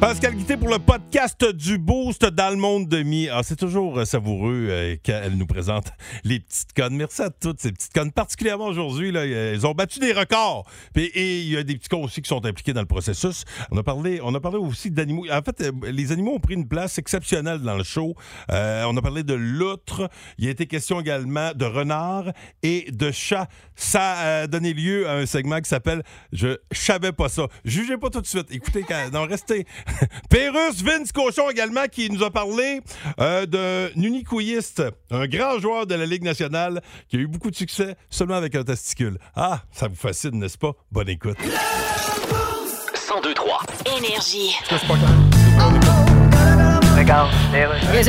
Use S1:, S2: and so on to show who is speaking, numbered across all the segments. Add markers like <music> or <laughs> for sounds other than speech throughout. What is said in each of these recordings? S1: Pascal Guité pour le podcast du Boost dans le monde demi. Ah, c'est toujours euh, savoureux euh, quand elle nous présente <laughs> les petites connes. Merci à toutes ces petites connes, particulièrement aujourd'hui. Là, euh, ils ont battu des records. Puis- et il y a des petits cons aussi qui sont impliqués dans le processus. On a parlé, on a parlé aussi d'animaux. En fait, euh, les animaux ont pris une place exceptionnelle dans le show. Euh, on a parlé de loutre. Il a été question également de renard et de chat. Ça a euh, donné lieu à un segment qui s'appelle Je savais pas ça. Jugez pas tout de suite. Écoutez, quand- non, restez. <laughs> Pérus Vince Cochon également qui nous a parlé euh, d'un unicouilliste, un grand joueur de la Ligue nationale qui a eu beaucoup de succès seulement avec un testicule. Ah, ça vous fascine, n'est-ce pas? Bonne écoute.
S2: 1023.
S3: Énergie.
S4: Eh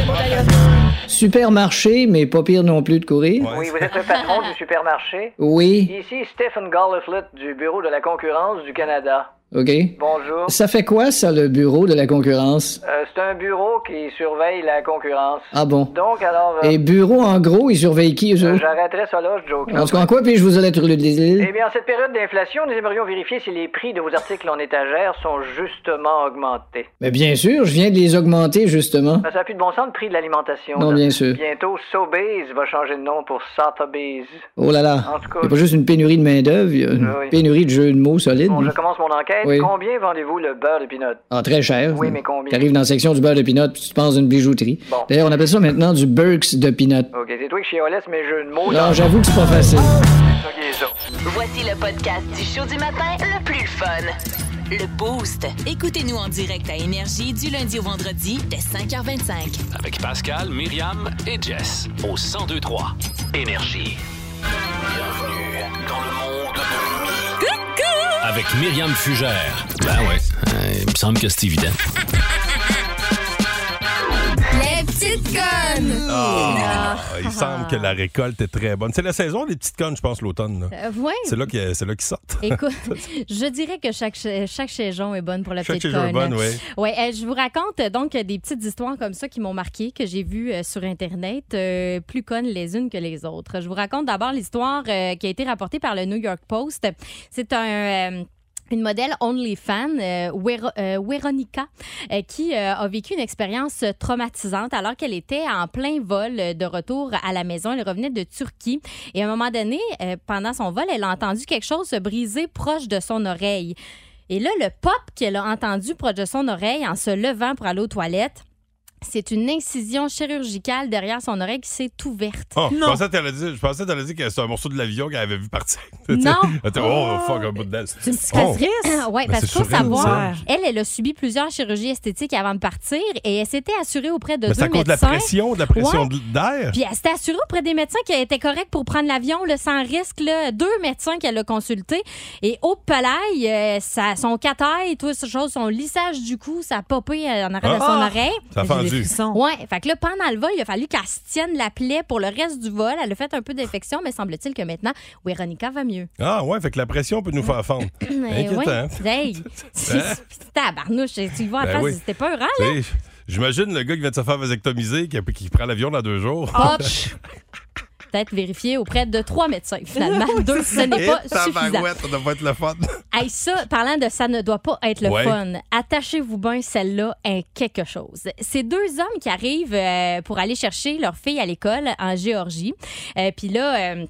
S5: Supermarché, mais pas pire non plus de courir.
S4: Oui, vous êtes le patron du supermarché.
S5: Oui,
S4: Ici Stephen Garliflet du Bureau de la concurrence du Canada.
S5: OK.
S4: Bonjour.
S5: Ça fait quoi, ça, le bureau de la concurrence?
S4: Euh, c'est un bureau qui surveille la concurrence.
S5: Ah bon.
S4: Donc, alors, euh,
S5: Et bureau, en gros, ils surveillent qui, eux
S4: euh,
S5: autres?
S4: j'arrêterai ça là, je joke.
S5: En tout cas, en quoi puis-je vous allez le
S4: Eh
S5: désir?
S4: bien, en cette période d'inflation, nous aimerions vérifier si les prix de vos articles en étagère sont justement augmentés.
S5: Mais bien sûr, je viens de les augmenter, justement.
S4: Ben, ça n'a plus de bon sens, le prix de l'alimentation.
S5: Non,
S4: là.
S5: bien sûr.
S4: Bientôt, Sobeys va changer de nom pour Sotheby's.
S5: Oh là là.
S4: En tout cas,
S5: Il n'y a pas juste une pénurie de main-d'œuvre, il y a une
S4: Oui, oui.
S5: pénurie de jeux de mots solides.
S4: bon, je commence mon enquête.
S5: Oui.
S4: Combien vendez-vous le beurre de pinot?
S5: Ah, très cher.
S4: Oui, mais combien?
S5: T'arrives dans la section du beurre de pinot, puis tu te penses à une bijouterie.
S4: Bon.
S5: D'ailleurs, on appelle ça maintenant du Burks de pinot.
S4: Ok, c'est toi qui chiolais mes jeux de mots.
S5: Alors, j'avoue que c'est pas facile.
S4: dans la liaison.
S3: Voici le podcast du show du matin le plus fun. Le Boost.
S6: Écoutez-nous en direct à Énergie du lundi au vendredi dès 5h25.
S2: Avec Pascal, Myriam et Jess. Au 1023. Énergie. Bienvenue dans le monde de Coucou! Avec Myriam Fugère. Ben ouais. euh, il me semble que c'est évident.
S7: Les petites connes!
S1: Ah, il semble que la récolte est très bonne. C'est la saison des petites connes, je pense, l'automne. là.
S7: Euh, ouais.
S1: C'est là qu'ils c'est là qu'ils sortent.
S7: <laughs>
S1: <laughs>
S7: Écoute, je dirais que chaque, cha- chaque saison est bonne pour la
S1: Chaque
S7: petite
S1: saison est
S7: conne.
S1: bonne, ouais.
S7: Ouais, euh, je vous raconte euh, donc euh, des petites histoires comme ça qui m'ont marqué, que j'ai vues euh, sur Internet, euh, plus connes les unes que les autres. Je vous raconte d'abord l'histoire euh, qui a été rapportée par le New York Post. C'est un... euh, une modèle OnlyFan, euh, Véro- euh, Véronica, euh, qui euh, a vécu une expérience traumatisante alors qu'elle était en plein vol euh, de retour à la maison. Elle revenait de Turquie. Et à un moment donné, euh, pendant son vol, elle a entendu quelque chose se briser proche de son oreille. Et là, le pop qu'elle a entendu proche de son oreille en se levant pour aller aux toilettes, c'est une incision chirurgicale derrière son oreille qui s'est ouverte.
S1: Oh, je pensais que t'allais dire, je pensais que t'allais dire que c'est un morceau de l'avion qu'elle avait vu partir. <laughs>
S7: Non. Ah,
S1: Attends, oh, fuck, un bout de dent.
S7: C'est une oui,
S1: Mais
S7: parce
S1: Oh. Ben, c'est
S7: qu'il faut
S1: surréel,
S7: savoir,
S1: ça.
S7: elle, elle a subi plusieurs chirurgies esthétiques avant de partir et elle s'était assurée auprès de
S1: Mais
S7: deux
S1: Ben, c'est à cause de
S7: médecins.
S1: la pression, de la pression
S7: Ouais.
S1: de- d'air.
S7: Puis elle s'était assurée auprès des médecins qu'elle était correcte pour prendre l'avion, là, sans risque. Là. Deux médecins qu'elle a consultés. Et au palais, ça, son cataille, tout ce chose, son lissage du cou, ça a popé euh, en arrière de son
S1: Ah!
S7: oreille.
S1: Ça a fendu.
S7: Ouais, fait que là, pendant le vol, il a fallu qu'elle se tienne la plaie pour le reste du vol. Elle a fait un peu d'infection, mais semble-t-il que maintenant, Véronica va mieux.
S1: Ah ouais, fait que la pression peut nous faire
S7: <laughs>
S1: fendre.
S7: Eh
S1: Ben, Inquiétant.
S7: ouais.
S1: <laughs>
S7: Hey, c'est tabarnouche. Tu y vas
S1: Ben
S7: en
S1: oui.
S7: face, c'était pas hein? rare.
S1: Tu sais, J'imagine le gars qui vient de se faire vasectomiser, qui, qui prend l'avion dans deux jours.
S7: Ah, Peut-être vérifié auprès de trois médecins,
S1: <laughs>
S7: finalement. Deux, ce n'est
S1: Et
S7: pas suffisant.
S1: tabarouette, ça doit être le fun.
S7: Hey, ça, parlant de ça ne doit pas être le
S1: Ouais.
S7: fun, attachez-vous bien celle-là à quelque chose. C'est deux hommes qui arrivent euh, pour aller chercher leur fille à l'école en Géorgie. Euh, Puis là, euh,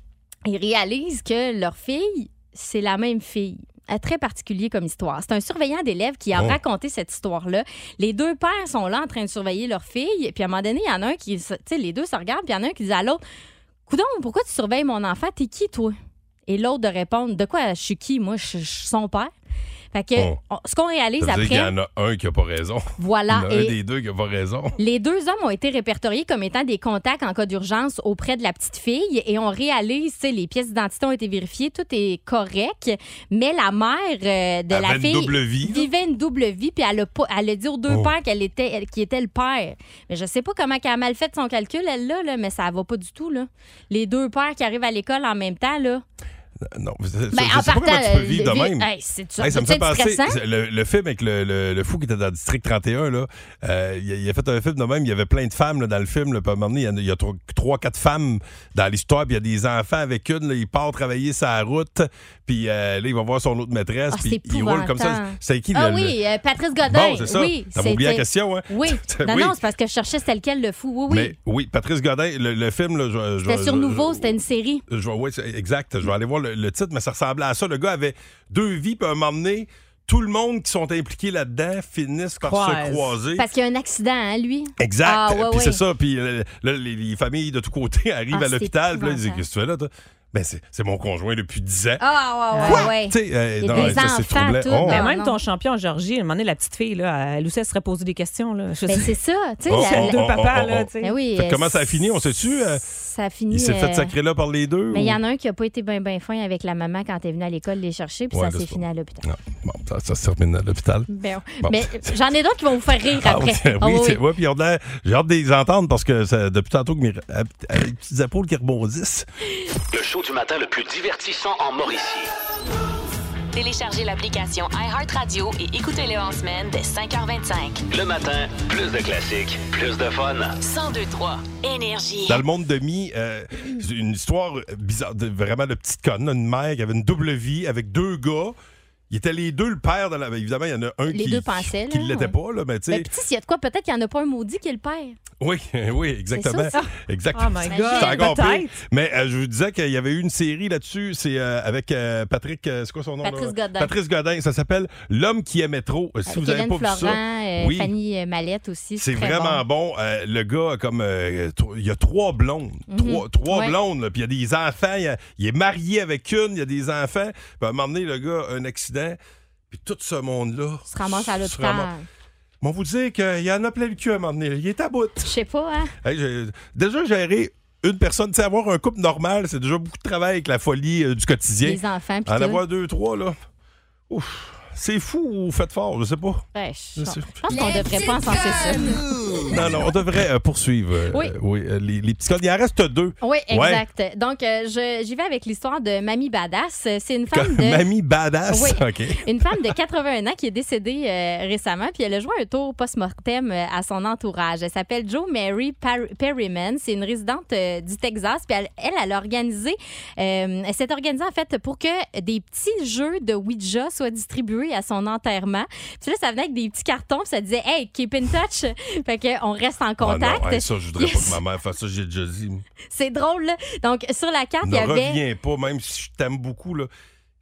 S7: ils réalisent que leur fille, c'est la même fille. Euh, Très particulier comme histoire. C'est un surveillant d'élèves qui a
S1: Oh.
S7: raconté cette histoire-là. Les deux pères sont là en train de surveiller leur fille. Puis à un moment donné, il y en a un qui. se- Tu sais, les deux se regardent. Puis il y en a un qui dit à l'autre Coudon, pourquoi tu surveilles mon enfant T'es qui, toi Et l'autre de répondre De quoi je suis qui Moi, je je suis son père. Fait que
S1: Oh.
S7: on- ce qu'on réalise
S1: Ça veut dire qu'il y
S7: après,
S1: en a un qui a pas raison.
S7: voilà.
S1: Il y en a un
S7: Et
S1: des deux qui a pas raison.
S7: les deux hommes ont été répertoriés comme étant des contacts en cas d'urgence auprès de la petite fille et on réalise, tu sais, les pièces d'identité ont été vérifiées, tout est correct, mais la mère euh, de
S1: Elle
S7: la
S1: avait
S7: fille
S1: une double vie. là.
S7: vivait une double vie puis elle a, pas- elle a dit aux deux
S1: Oh.
S7: pères qu'elle était elle- qui était le père. Mais je sais pas comment elle a mal fait son calcul elle là, là, mais ça va pas du tout là. Les deux pères qui arrivent à l'école en même temps là.
S1: Non, je, je
S7: Ben,
S1: sais pas comment tu peux vivre de
S7: le-
S1: même.
S7: Hey, c'est
S1: Hey, ça me fait
S7: peut-être
S1: penser,
S7: stressant.
S1: c'est le, le film avec le, le- le fou qui était dans District 31, là, euh, il, a, il a fait un film de même, il y avait plein de femmes là, dans le film. Là, puis à un moment donné, il y en a- il y a trois, trois, quatre femmes dans l'histoire, puis il y a des enfants avec une, là, il part travailler sa route, puis euh, là, il va voir son autre maîtresse,
S7: Ah, c'est
S1: puis il roule comme ça.
S7: épouvantant.
S1: C'est qui
S7: Ah
S1: le... le-
S7: oui, euh, Patrice Godin.
S1: Bon, c'est ça.
S7: Oui,
S1: T'as oublié la
S7: c'était-
S1: question, hein? <laughs>
S7: Oui. Non,
S1: Oui.
S7: non, c'est parce que je cherchais c'était lequel le fou. Oui, oui.
S1: Mais oui, Patrice Godin, le, le film, là, je- je-
S7: C'était
S1: je-
S7: sur
S1: je-
S7: Nouveau, c'était une série.
S1: Je vais- ouais, c'est- exact. Je vais aller voir le, le titre, mais ça ressemblait à ça. Le gars avait deux vies, puis à un moment donné, tout le monde qui sont impliqués là-dedans finissent par se
S8: Croise.
S1: croiser.
S7: Parce qu'il y a un accident, hein, lui.
S1: Exact.
S7: Ah, ouais,
S1: puis
S7: ouais.
S1: c'est ça. Puis euh, là, les, les familles de tous côtés <laughs> arrivent
S7: Ah,
S1: à
S7: c'est
S1: l'hôpital. Puis là, ils disent
S7: épouvantable.
S1: Qu'est-ce que tu fais là, toi Ben, c'est c'est mon conjoint depuis 10 ans.
S7: Ah, ouais, ouais, ouais.
S1: Tu sais, euh,
S7: Il y a
S1: non,
S7: des
S1: ça, c'est
S7: enfants,
S1: troublant.
S7: tout.
S1: Oh.
S7: Ben,
S8: Mais
S7: Ah,
S8: même
S7: non.
S8: ton champion en Géorgie, à un moment donné, la petite fille, là, elle aussi, elle se serait posé des questions. Là. Je
S7: Ben,
S8: sais-
S7: c'est ça. Tu sais,
S1: Oh,
S7: la-
S1: oh,
S8: deux
S1: oh,
S8: papas,
S1: oh, oh.
S8: là, tu sais.
S7: Ben oui,
S1: Fait que
S7: euh,
S1: comment ça a fini On sait-tu euh,
S7: Ça a fini.
S1: Il s'est
S7: euh,
S1: fait sacrer là par les deux
S7: Mais il y
S1: ou-
S7: en a un qui n'a pas été bien ben fin avec la maman quand elle est venue à l'école les chercher, puis
S1: Ouais,
S7: ça
S1: là,
S7: s'est
S1: c'est
S7: fini à l'hôpital.
S1: Non. Bon, ça, ça se termine à l'hôpital.
S7: Ben,
S1: Bon. <laughs>
S7: Mais j'en ai d'autres qui vont vous faire rire
S1: Ah, oui,
S7: après.
S1: oui,
S7: Ah, oui,
S1: c'est- ouais, puis ils ont de l'air- j'ai hâte de les entendre parce que ça- depuis tantôt que mes euh, euh, les petites épaules qui rebondissent.
S2: Le show du matin le plus divertissant en Mauricie.
S6: Téléchargez l'application iHeartRadio et écoutez-le en semaine dès 5h25.
S2: Le matin, plus de classiques, plus de fun.
S6: 1023 Énergie.
S1: Dans le monde de mi, euh, c'est une histoire bizarre, de- vraiment de petite conne, là, une mère qui avait une double vie avec deux gars. Ils étaient les deux le père de la. ben, Évidemment, il y en a un
S7: Les
S1: qui
S7: deux pensaient,
S1: qui
S7: là, Ben,
S1: l'était
S7: ouais.
S1: pas, là, mais tu sais.
S7: Mais petit, s'il y a de quoi, peut-être qu'il n'y en a pas un maudit qui est le père.
S1: Oui, <laughs> oui, exactement.
S7: C'est ça,
S8: Oh
S1: Exactement.
S8: my
S1: C'est
S8: God,
S1: encore pire.
S8: peut-être.
S1: Mais euh, je vous disais qu'il y avait eu une série là-dessus, c'est euh, avec euh, Patrick, euh, c'est quoi son nom? là?
S7: Patrice Godin.
S1: Patrice Godin, ça s'appelle L'homme qui aimait trop. Euh, Si
S7: Avec
S1: vous avez
S7: Hélène
S1: pas
S7: Florent,
S1: vu ça,
S7: euh,
S1: oui.
S7: Fanny euh, Mallette aussi.
S1: c'est
S7: très
S1: vraiment
S7: bon.
S1: bon. Euh, le gars, a comme euh, tro- il y a trois blondes, trois, trois
S7: Mhm. Ouais.
S1: blondes, là, puis il y a des enfants. Il, y a- il est marié avec une, il y a des enfants. Puis à un moment donné, le gars a un accident. Puis tout ce monde-là
S7: Se ramasse à
S1: se ramasse.
S7: l'hôpital.
S1: Mais on vous dit qu'il y en a plein le cul à un moment donné. Il est à bout.
S7: Je sais pas, hein?
S1: Hey, j'ai- déjà, gérer une personne, tu sais, avoir un couple normal, c'est déjà beaucoup de travail avec la folie euh, du quotidien.
S7: Les enfants, puis
S1: en
S7: tout.
S1: avoir deux, trois, là. Ouf. C'est fou ou faites fort, je sais pas.
S7: Ouais, Ben, je,
S1: C'est-
S7: je pense qu'on devrait pas en censer ça.
S1: Non, non, on devrait euh, poursuivre. euh,
S7: Oui.
S1: euh, oui euh, les, les petits codes. Il en reste deux.
S7: Oui, exact. Donc, euh, je- j'y vais avec l'histoire de Mamie Badass. C'est une femme de...
S1: Mamie badass.
S7: Oui.
S1: OK.
S7: Une femme de 81 ans qui est décédée euh, récemment, puis elle a joué un tour post-mortem euh, à son entourage. Elle s'appelle Joe Mary Par- Perryman. C'est une résidente euh, du Texas. Puis elle, elle, elle a organisé, euh, elle s'est organisée en fait pour que des petits jeux de Ouija soient distribués à son enterrement. Puis là, ça venait avec des petits cartons, puis ça disait Hey, keep in touch. <laughs> fait qu'on reste en
S1: Ah
S7: contact.
S1: non, hey, ça, je voudrais
S7: Yes.
S1: pas que ma mère fasse ça, j'ai déjà dit.
S7: C'est drôle, là. Donc, sur la carte, il
S1: Ne
S7: y Ah, avait.
S1: reviens pas, même si je t'aime beaucoup, là.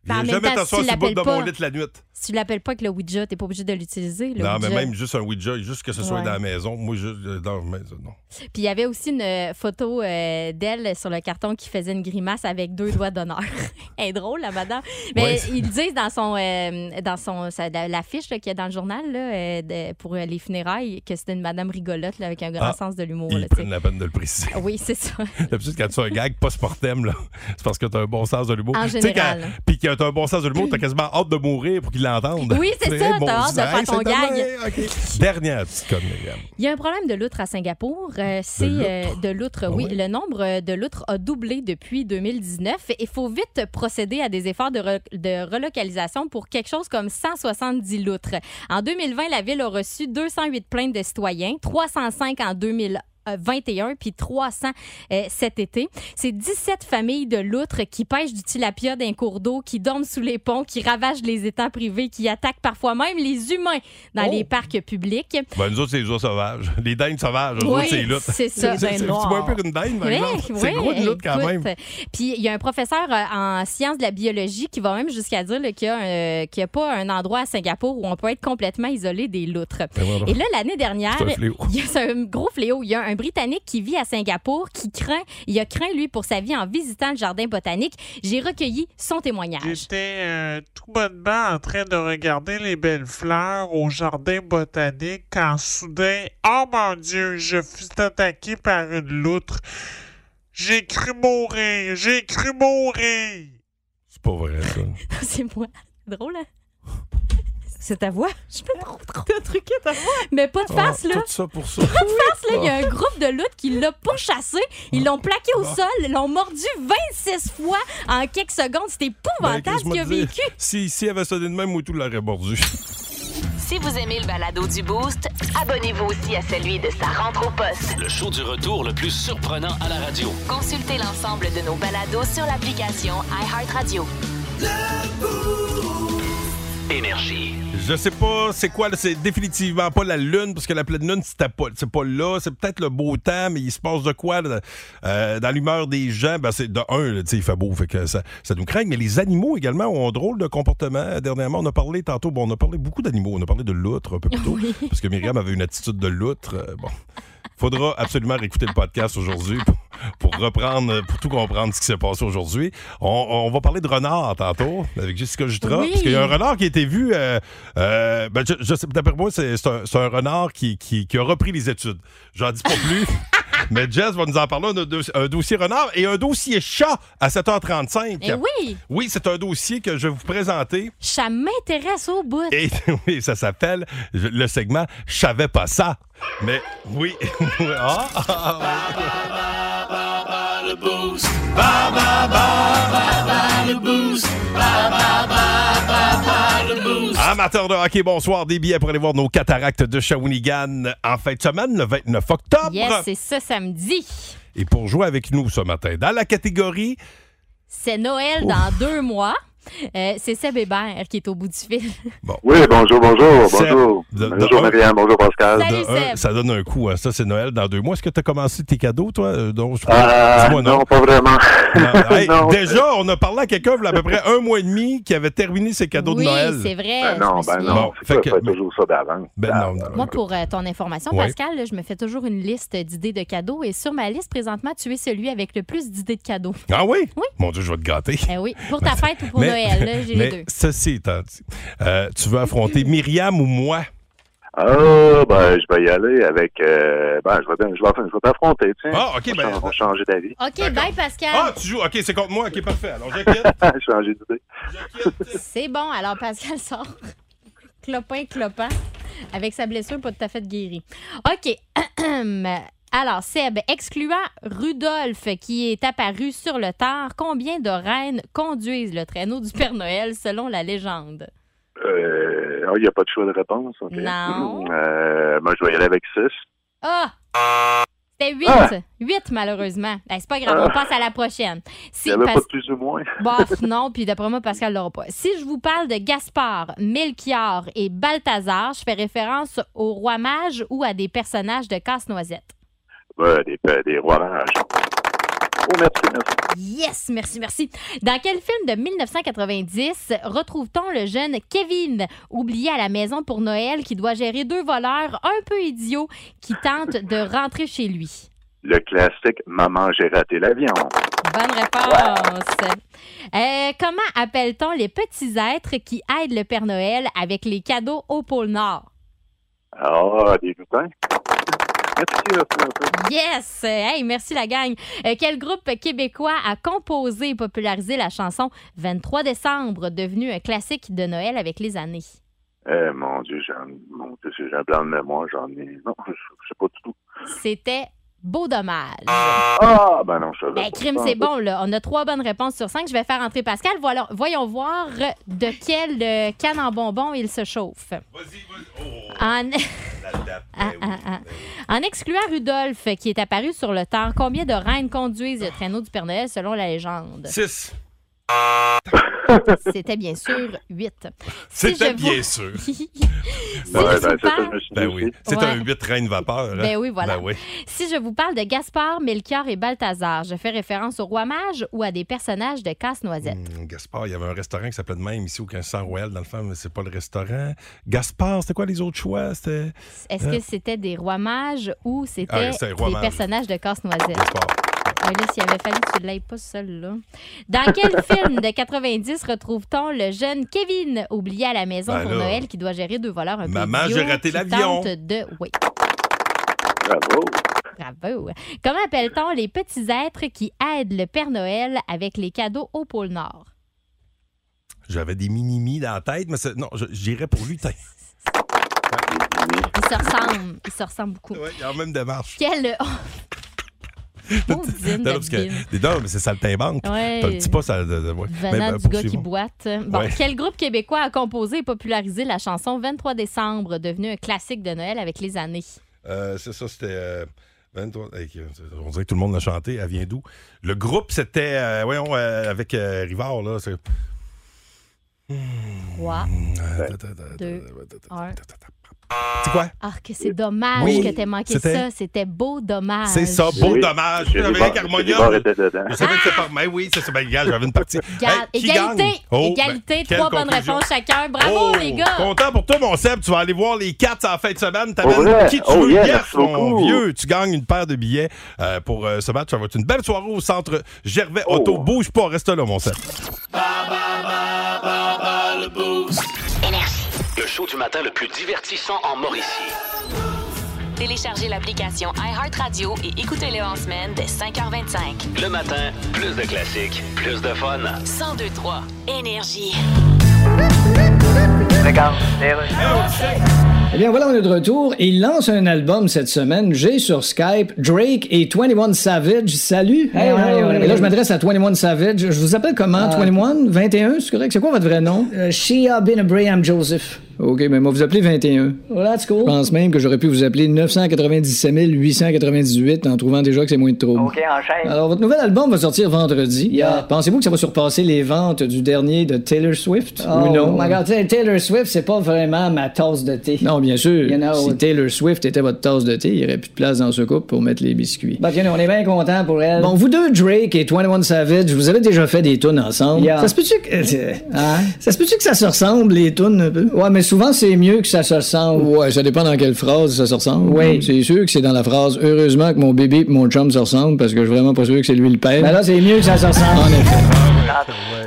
S7: Ben, en
S1: Viens
S7: même
S1: jamais
S7: temps,
S1: t'asseoir
S7: si tu
S1: sur le bout de
S7: l'appelles
S1: mon
S7: pas,
S1: lit la nuit.
S7: Si tu l'appelles pas avec le Ouija, t'es pas obligé de l'utiliser. le
S1: non, mais
S7: Ouija.
S1: même juste un Ouija, juste que ce soit
S7: Ouais.
S1: dans la maison. Moi, juste euh, dans la maison, non.
S7: Puis il y avait aussi une euh, photo euh, d'elle sur le carton qui faisait une grimace avec deux doigts d'honneur. <laughs> Elle est drôle, la madame. Mais
S1: Ouais.
S7: ils disent dans son euh, dans son sa- la- l'affiche là, qu'il y a dans le journal là, euh, de- pour euh, les funérailles que c'était une madame rigolote là, avec un grand
S1: Ah,
S7: sens de l'humour. là,
S1: Ils
S7: tu sais.
S1: prennent la peine de le préciser.
S7: Oui, c'est ça.
S1: D'habitude, quand tu fais un gag post-mortem, là, c'est parce que t'as un bon sens de l'humour.
S7: En
S1: Tu sais,
S7: général.
S1: quand- Puis que t'as un bon sens de l'humour, t'as quasiment hâte de mourir pour qu'ils l'entendent.
S7: Oui, c'est
S1: Tu sais,
S7: ça, t'as
S1: bon,
S7: hâte de
S1: hey,
S7: faire ton
S1: c'est
S7: gag.
S1: demain, OK. Dernière petite hein. conne, Myriam.
S7: Il y a un problème de loutre à Singapour. Euh, c'est
S1: loutre? Ah
S7: euh, de loutre, oui.
S1: ouais?
S7: Le nombre euh, de loutres a doublé depuis 2019. Il faut vite procéder à des efforts de, re- de relocalisation pour quelque chose comme 170 loutres. En 2020, la ville a reçu 208 plaintes de citoyens, 305 en euh, 2021 puis 300 euh, cet été. C'est 17 familles de loutres qui pêchent du tilapia d'un cours d'eau, qui dorment sous les ponts, qui ravagent les étangs privés, qui attaquent parfois même les humains dans
S1: Oh!
S7: les parcs publics.
S1: Ben, nous autres, c'est les oies sauvages. Les dindes sauvages. Nous
S7: Oui,
S1: autres, c'est les luttes.
S7: c'est ça.
S8: Les
S1: C'est
S8: dindes
S1: c'est- tu
S8: noires.
S1: vois un peu une dinde, par
S7: Oui,
S1: exemple.
S7: oui,
S1: C'est gros une lutte, quand
S7: écoute.
S1: même.
S7: Puis il y a un professeur euh, en sciences de la biologie qui va même jusqu'à dire là, qu'il n'y a, un- qu'il y a pas un endroit à Singapour où on peut être complètement isolé des loutres.
S1: Ben, voilà.
S7: Et là, l'année dernière,
S1: C'est un fléau.
S7: il y a- c'est un gros fléau. Il y a un Britannique qui vit à Singapour qui craint, il a craint, lui, pour sa vie en visitant le jardin botanique. J'ai recueilli son témoignage.
S9: J'étais euh, tout bonnement en train de regarder les belles fleurs au jardin botanique quand soudain, oh mon Dieu, je fus attaqué par une loutre. J'ai cru mourir, j'ai cru mourir.
S7: <laughs>
S1: C'est pas vrai, ça.
S7: C'est moi. Drôle, hein? C'est ta voix. Je me trompe. T'as truqué
S8: ta
S7: voix. Mais pas de face, là.
S1: Ah, Tout ça pour ça.
S7: face, là, il y a un groupe de luttes qui l'a pourchassé. Ils l'ont plaqué au sol, l'ont mordu 26 fois en quelques secondes. C'est
S1: Ben,
S7: épouvantable
S1: qu'est-ce
S7: ce
S1: que
S7: qu'il
S1: je
S7: a
S1: me dis?
S7: vécu.
S1: Si ici avait sonné de même, moi tout l'aurait mordu.
S6: Si vous aimez le balado du Boost,
S3: Abonnez-vous aussi à celui de sa rentre au poste.
S2: Le show du retour le plus surprenant à la radio.
S6: consultez l'ensemble de nos balados sur l'application iHeartRadio.
S2: Énergie.
S1: Je sais pas c'est quoi, là, c'est définitivement pas la lune, parce que la pleine lune, c'était pas, c'est pas là, c'est peut-être le beau temps, mais il se passe de quoi là, euh, dans l'humeur des gens? Ben, c'est de un, là, tu sais, il fait beau, fait que ça, ça nous craint, mais les animaux également ont un drôle de comportement. Dernièrement, on a parlé tantôt, bon, on a parlé beaucoup d'animaux, on a parlé de l'outre un peu plus tôt, parce que Myriam avait une attitude de l'outre. euh, bon. Faudra absolument réécouter le podcast aujourd'hui pour, pour reprendre, pour tout comprendre ce qui s'est passé aujourd'hui. On, on va parler de renard tantôt avec Jessica Jutra.
S7: Oui.
S1: Parce qu'il y a un renard qui a été vu. euh, euh, ben, je, je sais, d'après moi, c'est c'est un, c'est un renard qui, qui- qui a repris les études. J'en dis pas
S7: <laughs>
S1: plus. Mais Jess va nous en parler. On a deux- un dossier renard et un dossier chat à 7h35.
S7: Eh oui,
S1: Oui, c'est un dossier que je vais vous présenter.
S7: ça m'intéresse au bout.
S1: Et <laughs> oui, ça s'appelle je- le segment Je savais pas ça. Mais oui. <laughs> Ah, ah, ah, Amateurs de hockey, bonsoir. Des billets pour aller voir nos cataractes de Shawinigan en fin de semaine, le 29 octobre.
S7: Yes, c'est ça samedi.
S1: Et pour jouer avec nous ce matin, dans la catégorie
S7: C'est Noël dans deux mois. Euh, c'est Seb Hébert qui est au bout du fil.
S10: Oui, bonjour, bonjour,
S1: Seb,
S10: Oh, bonjour.
S1: de- de-
S10: bonjour, Myriam, bonjour, Pascal.
S7: Salut,
S1: Ah, de un,
S7: Seb.
S1: ça donne un coup. hein. Ça, c'est Noël dans deux mois. Est-ce que tu as commencé tes cadeaux, toi? Euh, donc, je-
S10: Ah,
S1: Dis-moi non.
S10: non, pas vraiment. <laughs>
S1: Non. Hey,
S10: Non,
S1: déjà, on a parlé à quelqu'un il y a à peu près un mois et demi qui avait terminé ses cadeaux
S7: oui,
S1: de Noël.
S7: c'est vrai.
S10: Ben
S7: je
S10: non,
S7: me
S10: ben
S7: souviens.
S10: non.
S1: Bon,
S10: C'est
S1: fait
S10: ça,
S1: que-
S10: fait toujours ça d'avant.
S1: Ben non, non,
S7: Moi, pour euh, ton information,
S1: Ouais.
S7: Pascal, là, je me fais toujours une liste d'idées de cadeaux et sur ma liste, présentement, tu es celui avec le plus d'idées de cadeaux.
S1: Ah oui?
S7: Oui.
S1: Mon Dieu, je vais te gâter.
S7: Eh oui, pour ta fête ou pour Noël, là, j'ai
S1: <laughs>
S7: les
S1: mais
S7: deux.
S1: ceci étant dit, euh, tu veux affronter Myriam ou moi?
S10: Ah, ben, je vais y aller avec. euh, ben, je vais, bien- je vais, je vais t'affronter, tiens.
S1: Ah, ok,
S10: On
S1: ben-
S10: va- On va changer d'avis. <laughs>
S7: OK, bye,
S1: Ah,
S7: Pascal.
S1: tu joues. OK, c'est contre moi. OK, parfait. Alors,
S7: <laughs>
S1: j'inquiète.
S10: changer d'idée.
S7: C'est bon. Alors, Pascal sort. <laughs> Clopin, clopin. Avec sa blessure pas tout à fait guérie. OK. <clears throat> Alors, Seb, excluant Rudolf qui est apparu sur le tard, combien de reines conduisent le traîneau du Père Noël selon la légende?
S10: Euh, ah, il n'y a pas de choix de réponse. ok.
S7: Non.
S10: Euh, moi, je vais y aller avec 6.
S7: Ah! C'était 8.
S10: Ah!
S7: 8, malheureusement. Eh, c'est pas grave, on passe à la prochaine. Si,
S10: Il n'y avait
S7: parce-
S10: pas de plus ou moins.
S7: Bof, non, Bah, puis d'après moi, Pascal l'aura pas. Si je vous parle de Gaspard, Melchior et Balthazar, je fais référence aux rois mages ou à des personnages de Casse-Noisette.
S10: Ben, des, des rois mages. Oh, merci, merci.
S7: Yes, merci, merci. Dans quel film de 1990 retrouve-t-on le jeune Kevin, oublié à la maison pour Noël, qui doit gérer deux voleurs un peu idiots qui tentent de rentrer chez lui?
S10: Le classique Maman, j'ai raté l'avion.
S7: Bonne réponse. Euh, comment appelle-t-on les petits êtres qui aident le Père Noël avec les cadeaux au pôle Nord?
S10: Ah, des lutins. Merci, merci, merci.
S7: Yes! Hey, merci la gang. Euh, quel groupe québécois a composé et popularisé la chanson 23 décembre, devenue un classique de Noël avec les années?
S10: Eh, mon Dieu, j'en, mon Dieu, si j'ai un blanc de mémoire, j'en ai. Non, je, je sais pas du tout.
S7: C'était Beau Dommage.
S10: Ah, ben non, je savais. pas.
S7: Ben, crime, c'est bon, là. On a trois bonnes réponses sur cinq. Je vais faire entrer Pascal. Voilà, voyons voir de quelle euh, canne en bonbon il se chauffe. En... Ah, ah, ah. En excluant Rudolf, qui est apparu sur le temps, combien de reines conduisent le traîneau du Père Noël selon
S10: <laughs>
S7: la légende?
S1: 6.
S7: C'était bien sûr <laughs> 8.
S1: C'était bien sûr.
S7: si je
S10: Ouais, ben,
S7: vous
S10: c'est ça,
S7: parle-
S10: je me suis dit
S1: Ben
S10: aussi.
S1: oui. C'est
S7: Ouais.
S1: un 8 reine vapeur. hein?
S7: Ben oui, voilà.
S1: Ben oui.
S7: Si je vous parle de Gaspard, Melchior et Balthazar, je fais référence au roi mage ou à des personnages de Casse-Noisette.
S1: Hum, Gaspard, il y avait un restaurant qui s'appelait de même ici au 1500 Royal, dans le fond, mais c'est pas le restaurant. Gaspard, c'était quoi les autres choix? C'était
S7: Est-ce que c'était des rois mages ou c'était
S1: Euh. Ah, c'était
S7: des
S1: roi mage.
S7: personnages de Casse-Noisette?
S1: Gaspard.
S7: Ah, là, s'il avait fallu que tu l'aies pas seul, là. Dans quel
S1: <laughs>
S7: film de 90 retrouve-t-on le jeune Kevin, oublié à la maison
S1: Ben
S7: pour
S1: là.
S7: Noël, qui doit gérer deux voleurs un peu
S1: Maman, j'ai
S7: idiots
S1: raté
S7: qui
S1: l'avion.
S7: tentent de... Oui,
S10: Bravo.
S7: bravo. Comment appelle-t-on les petits êtres qui aident le Père Noël avec les cadeaux au pôle Nord?
S1: J'avais des minimis dans la tête, mais c'est- non, je- j'irais pour lutin.
S7: Ils se ressemblent. Ils se ressemblent beaucoup.
S1: Il y a la même démarche. <laughs>
S7: <laughs> Quelle. Oh,
S1: Non, parce que- des dents, mais c'est saltimbanque.
S7: Ouais.
S1: T'as un petit pas, ça. de- de- ouais.
S7: venant
S1: Mais, euh,
S7: du gars qui
S1: poursuivons.
S7: boite. Bon,
S1: Ouais.
S7: quel groupe québécois a composé et popularisé la chanson 23 décembre, devenue un classique de Noël avec les années?
S1: Euh, c'est ça, c'était. euh, 23 hey, on dirait que tout le monde l'a chanté. Elle vient d'où? Le groupe, c'était. euh, voyons, euh, avec euh, Rivard, là. c'est-
S7: 3,
S1: Euh, attends, attends,
S7: 2, 1.
S1: C'est quoi?
S7: Ah, que c'est dommage
S1: Oui,
S7: que t'aies manqué
S1: c'était-
S7: ça. C'était beau dommage.
S1: C'est ça, beau dommage.
S10: J'ai
S1: J'avais
S10: des
S1: un
S10: barres- j'ai des barres étaient dedans.
S1: Je savais que c'était pas. Mais oui, c'est ça. Ben, gars, j'avais une partie.
S7: Regarde,
S1: Hey, qui gagne?
S7: égalité,
S1: Oh,
S7: égalité,
S1: ben, quelle
S7: trois bonnes
S1: conclusion.
S7: réponses chacun. Bravo,
S1: Oh,
S7: les gars!
S1: Content pour toi, mon Seb. Tu vas aller voir les quatre en fin de semaine. T'amènes
S10: Pour vrai?
S1: qui tu
S10: Oh,
S1: veux.
S10: yeah,
S1: Yes,
S10: merci
S1: mon
S10: beaucoup.
S1: vieux. Tu gagnes une paire de billets euh, pour euh, ce match. Ça va être une belle soirée au centre Gervais
S10: Oh.
S1: Auto. Bouge pas, reste là, mon Seb.
S2: Le show du matin le plus divertissant en Mauricie.
S6: Téléchargez l'application iHeartRadio et écoutez-le en semaine dès 5h25.
S2: Le matin, plus de classiques, plus de fun.
S6: 1023 Énergie.
S4: Regarde,
S5: Eh bien, voilà, on est de retour. Il lance un album cette semaine. J'ai sur Skype Drake et 21 Savage. Salut!
S11: Hey, hey, hey,
S5: Et là,
S11: hey.
S5: je m'adresse à 21 Savage. Je vous appelle comment?
S11: Ah. Euh,
S5: 21? 21? C'est correct? C'est quoi votre vrai nom?
S11: Shia bin Abraham Joseph.
S5: OK, mais moi, vous appelez 21.
S11: Well, that's cool.
S5: Je pense même que j'aurais pu vous appeler 997 898 en trouvant déjà que c'est moins de trouble.
S4: OK, enchaîne.
S5: Alors, votre nouvel album va sortir vendredi. Pensez-vous que ça va surpasser les ventes du dernier de Taylor Swift
S11: Oh,
S5: ou non?
S11: my God, t'sais, Taylor Swift, c'est pas vraiment ma tasse de thé.
S5: Non, bien sûr.
S11: You know.
S5: si Taylor Swift était votre tasse de thé, il n'y aurait plus de place dans ce couple pour mettre les biscuits.
S11: Bah, you know, on est bien content pour elle.
S5: Bon, vous deux, Drake et 21 Savage, vous avez déjà fait des tunes ensemble.
S11: Yeah. Hein?
S5: Ça se peut-tu que... euh, Ça se peut-tu que ça se ressemble, les tunes, un peu? Ouais, mais souvent, c'est mieux que ça se ressemble. Ouais, ça dépend dans quelle phrase ça se ressemble.
S11: Oui.
S5: C'est sûr que c'est dans la phrase « Heureusement que mon bébé et mon chum se ressemblent » parce que je suis vraiment pas sûr que c'est lui le père.
S11: Ben là, c'est mieux que ça se ressemble.
S5: En effet.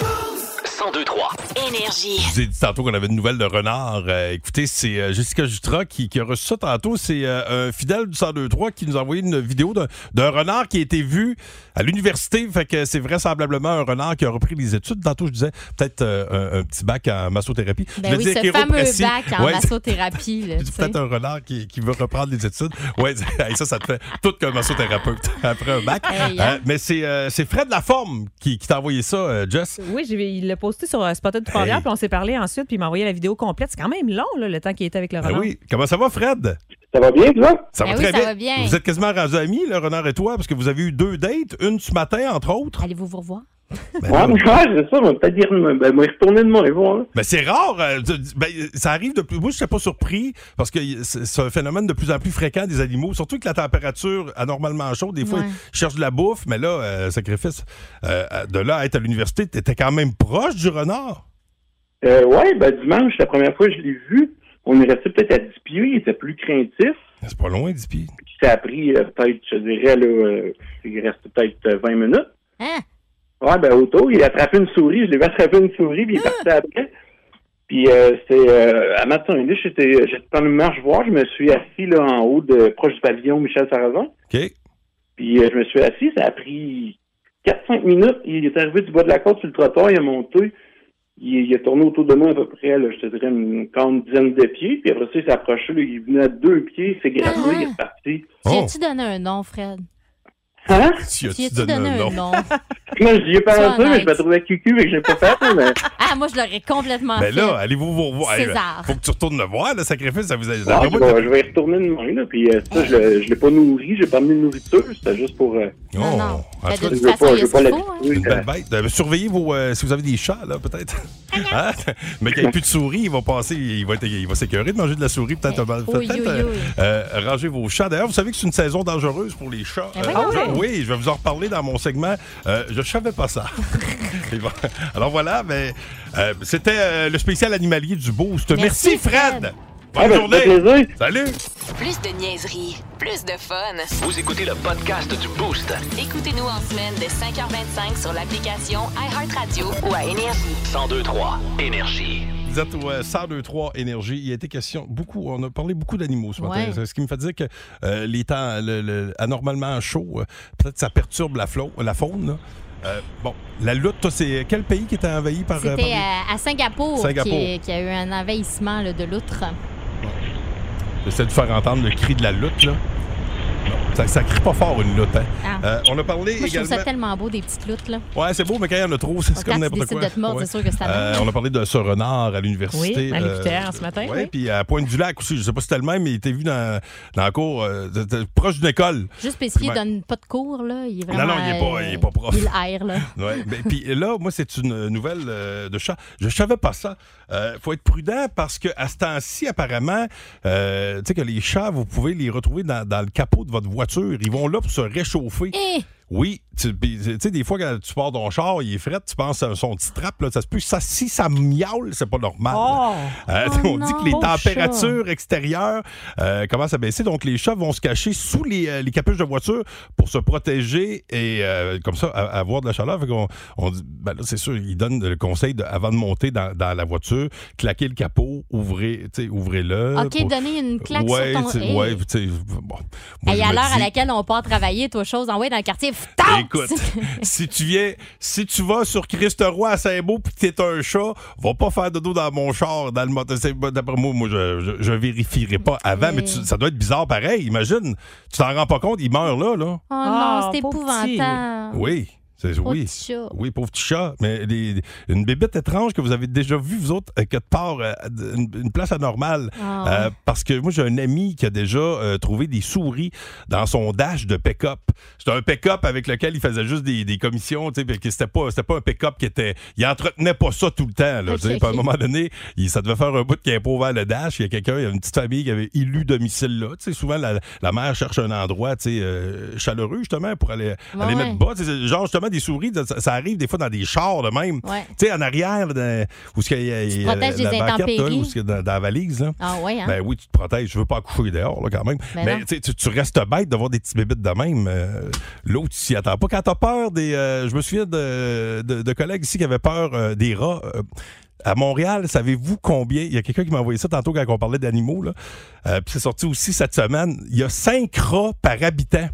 S2: 1023
S6: Énergie.
S1: Je vous ai dit tantôt qu'on avait une nouvelle de renard. Euh, écoutez, c'est euh, Jessica Jutra qui, qui a reçu ça tantôt. C'est euh, un fidèle du 102.3 qui nous a envoyé une vidéo d'un- d'un renard qui a été vu à l'université. Fait que c'est vraisemblablement un renard qui a repris les études. Tantôt, je disais peut-être euh, un, un petit bac en massothérapie.
S7: Ben
S1: je
S7: oui,
S1: veux dire
S7: ce fameux
S1: chiropratie.
S7: bac en
S1: Ouais,
S7: massothérapie. là,
S1: c'est-
S7: tu
S1: c'est
S7: sais.
S1: peut-être un renard qui, qui veut reprendre les études. Ouais, <laughs> hey, ça, ça te fait tout comme massothérapeute <laughs> après un bac.
S7: Hey, hein.
S1: Euh, mais c'est euh, c'est Fred Laforme qui, qui t'a envoyé ça, euh, Jess.
S8: Oui, j'ai- il l'a posté sur euh, Spotted tout
S1: Hey.
S8: puis on s'est parlé ensuite, puis il m'a envoyé la vidéo complète. C'est quand même long, là, le temps qu'il était avec le
S1: Ben
S8: renard.
S1: oui. Comment ça va, Fred?
S12: Ça va bien, toi?
S1: Ça
S7: Ben
S1: va
S7: oui,
S1: très
S7: ça
S1: bien.
S7: va bien.
S1: Vous êtes quasiment rendus amis, le renard et toi, parce que vous avez eu deux dates, une ce matin, entre autres.
S7: Allez-vous vous revoir?
S1: Ben,
S12: ouais,
S1: là,
S12: mais ouais, c'est ça, mais pas dire. Ben, moi, retourner demain et voir. là.
S1: ben, c'est rare. euh, de- ben, ça arrive de plus. Moi, je suis pas surpris parce que y- c'est c'est un phénomène de plus en plus fréquent des animaux, surtout que la température anormalement chaude. Des fois,
S7: Ouais.
S1: ils cherchent de la bouffe, mais là, euh, sacrifice. euh, de là à être à l'université, t'étais quand même proche du renard.
S12: Euh, ouais, ben, dimanche, la première fois que je l'ai vu, on est resté peut-être à 10 pieds, il était plus craintif.
S1: C'est pas loin, dix pieds.
S12: Puis ça a pris euh, peut-être, je dirais, là, euh, il reste peut-être euh, 20 minutes.
S7: Hein?
S12: Ouais, ben, autour, il a attrapé une souris, je l'ai vu attraper une souris, puis il est parti après. Puis euh, c'était euh, à matin, j'étais euh, j'étais en marche voir, je me suis assis là en haut, de, proche du pavillon Michel Sarrazin.
S1: OK?
S12: Puis euh, je me suis assis, ça a pris 4-5 minutes. Il est arrivé du bas de la côte sur le trottoir, il a monté. Il, il a tourné autour de moi à peu près, là, je te dirais, une quarante dizaine de pieds. Puis après ça, il s'est approché, là, il venait à deux pieds, il s'est gravé,
S7: Ah!
S12: il est reparti.
S7: Tu
S1: Oh!
S7: as-tu donné un nom, Fred?
S12: Hein?
S1: Tu
S7: Tu
S1: as-tu
S7: as-tu donné un nom?
S12: Moi, j'y ai
S7: C'est
S12: pensé, mais
S7: honnête.
S12: je me trouvais cucu, mais je l'ai pas fait, hein, mais
S7: Ah, moi, je l'aurais complètement
S1: Ben
S7: fait.
S1: là, allez-vous vous revoir. Eh,
S7: César.
S1: Faut que tu retournes le voir, le sacrifice. Ça vous a.
S12: Ah,
S1: d'après
S12: je,
S1: moi,
S12: vais, je vais y retourner demain, là. Puis euh, ça, je l'ai- je l'ai pas nourri, j'ai pas amené de nourriture, c'était juste pour... euh,
S1: Oh,
S7: Non, non.
S1: en
S7: Ben,
S1: tout cas,
S7: de
S12: je
S7: toute
S12: veux
S7: façon,
S12: pas,
S7: il y
S12: je
S7: a
S12: veux
S7: ce
S12: pas la
S7: qu'il faut. hein.
S1: Une
S12: détruire.
S1: belle bête. Euh, surveillez vos. euh, si vous avez des chats, là, peut-être.
S7: Ah
S1: Hein? Mais qu'il n'y ait plus de souris, il va passer. Il va, être- il va s'écœurer de manger de la souris, peut-être. euh,
S7: oui,
S1: peut-être,
S7: oui,
S1: euh,
S7: oui.
S1: euh, ranger vos chats. D'ailleurs, vous savez que c'est une saison dangereuse pour les chats. Euh,
S7: Ah oui,
S1: oui. je vais vous en reparler dans mon segment. Euh, je ne savais pas
S7: <laughs>
S1: ça. Et bon, Alors voilà, mais euh, c'était euh, le spécial animalier du Boost. Merci,
S7: Merci,
S1: Fred.
S7: Fred.
S12: Ah, ben,
S1: Bonne
S12: ça fait
S1: journée.
S12: plaisir.
S1: Salut.
S6: Plus de niaiserie, plus de fun.
S2: Vous écoutez le podcast du Boost.
S6: Écoutez-nous en semaine de 5h25 sur l'application iHeartRadio ou à Énergie.
S2: 1023 Énergie.
S1: Vous êtes au euh, 1023 Énergie. Il a été question beaucoup, on a parlé beaucoup d'animaux ce matin.
S13: Ouais.
S1: C'est Ce qui me fait dire que euh, les temps le- le- anormalement chauds, euh, peut-être ça perturbe la, flau- la faune. là. Euh, bon, la lutte, toi, c'est quel pays qui était envahi par. euh, par
S7: C'était
S1: les-
S7: à, à Singapour, qui- euh,
S1: Singapour.
S7: qui a eu un envahissement là, de l'outre.
S1: J'essaie de faire entendre le cri de la lutte, là. Non, ça, ça crie pas fort, une lutte. hein.
S7: Ah.
S1: Euh, on a parlé
S7: Moi, je trouve
S1: également.
S7: ça tellement beau, des petites loutres. là.
S1: Ouais, c'est beau, mais quand il y en a trop, c'est
S7: Quand
S1: comme
S7: tu
S1: n'importe
S7: décides
S1: quoi.
S7: de te mordre,
S1: Ouais.
S7: c'est sûr que ça
S1: Euh,
S7: marche.
S1: on a parlé de ce renard à l'université.
S8: Oui, à
S1: euh,
S8: l'UQTR ce matin,
S1: ouais,
S8: oui.
S1: Puis à Pointe-du-Lac aussi, je sais pas si c'était le même, mais il était vu dans, dans la cour, euh, de- de- proche d'une école.
S7: Juste spécifié, il
S1: Ouais.
S7: donne pas de cours, là. Il est
S1: Euh, ben- Non,
S7: vraiment, euh,
S1: non, il est pas- il est pas prof.
S7: Il
S1: <laughs>
S7: erre, là.
S1: Ouais, ben, puis là, moi, c'est une nouvelle euh, de chat. Je savais pas ça. Euh, faut être prudent parce que à ce temps-ci, apparemment, euh, tu sais que les chats, vous pouvez les retrouver dans, dans le capot de votre voiture. Ils vont là pour se réchauffer.
S7: Eh,
S1: Oui, tu puis, tu sais, des fois, quand tu pars ton char, il est fret, tu penses à son petit trap, là, ça se peut. Ça, si ça miaule, c'est pas normal. Euh,
S13: Oh
S1: <laughs> on dit
S13: non,
S1: que les
S13: pauvre
S1: températures extérieures euh, commencent à baisser, donc les chats vont se cacher sous les, euh, les capuches de voiture pour se protéger et euh, comme ça a- avoir de la chaleur. Fait qu'on- on dit, ben là, c'est sûr, ils donnent le conseil de, avant de monter dans, dans la voiture, claquer le capot, ouvrez, tu sais, ouvrez-le.
S7: OK, donner une claque sur
S1: ouais,
S7: ton-
S1: tu sais,
S7: Hey.
S1: ouais, tu sais, bon. Moi,
S7: Hey,
S1: je
S7: à
S1: me
S7: l'heure à
S1: dis-
S7: laquelle on part travailler, toi, chose, envoie dans le quartier. Pfff,
S1: Écoute, si tu viens, si tu vas sur Christ Roi à Saint-Beau puis que t'es un chat, va pas faire de dos dans mon char, dans le moteur. C'est- D'après moi, moi, je, je- je vérifierai pas avant, mais tu- ça doit être bizarre pareil. Imagine, tu t'en rends pas compte, il meurt là, là.
S7: <laughs> Oh non, c'est
S8: Ah, pauvre petit.
S7: épouvantable.
S1: Oui. C'est,
S7: Ah. Pauvre
S1: oui.
S7: petit chat.
S1: oui, pauvre petit chat. Mais des- une bébête étrange que vous avez déjà vue, vous autres, euh, quelque part, euh, une, une place anormale.
S13: Ah
S1: Euh,
S13: ouais.
S1: parce que moi, j'ai un ami qui a déjà euh, trouvé des souris dans son dash de pick-up. C'était un pick-up avec lequel il faisait juste des, des commissions, tu sais, puis que c'était pas, c'était pas un pick-up qui était. Il entretenait pas ça tout le temps, là. tu sais. Puis à un moment donné, il- ça devait faire un bout qu'il avait pas ouvert le dash. Il y a quelqu'un, il y a une petite famille qui avait élu domicile là. Tu sais, souvent, la, la mère cherche un endroit, tu sais, euh, chaleureux, justement, pour aller,
S13: Ouais,
S1: aller
S13: ouais.
S1: mettre bas. Tu sais, Genre, justement, des souris, ça, ça arrive des fois dans des chars, de même.
S7: Ouais.
S1: Tu sais, en arrière, là, dans- où ce qu'il y a. il y a
S7: protèges
S1: la
S7: des
S1: banquette, là,
S7: intempéries.
S1: où ce qu'il y a dans, dans la valise, là.
S7: Ah ouais, hein?
S1: Ben oui, tu te protèges. Je veux pas accoucher dehors, là, quand même.
S7: Ben
S1: mais
S7: non.
S1: tu, sais, tu- tu restes bête d'avoir des petits bébites de même. Euh, L'autre, tu s'y attends pas. Quand t'as peur des. euh, je me souviens de, de- de collègues ici qui avaient peur euh, des rats. euh, à Montréal, savez-vous combien? Il y a quelqu'un qui m'a envoyé ça tantôt quand on parlait d'animaux. là. Euh, Puis c'est sorti aussi cette semaine. Il y a cinq rats par habitant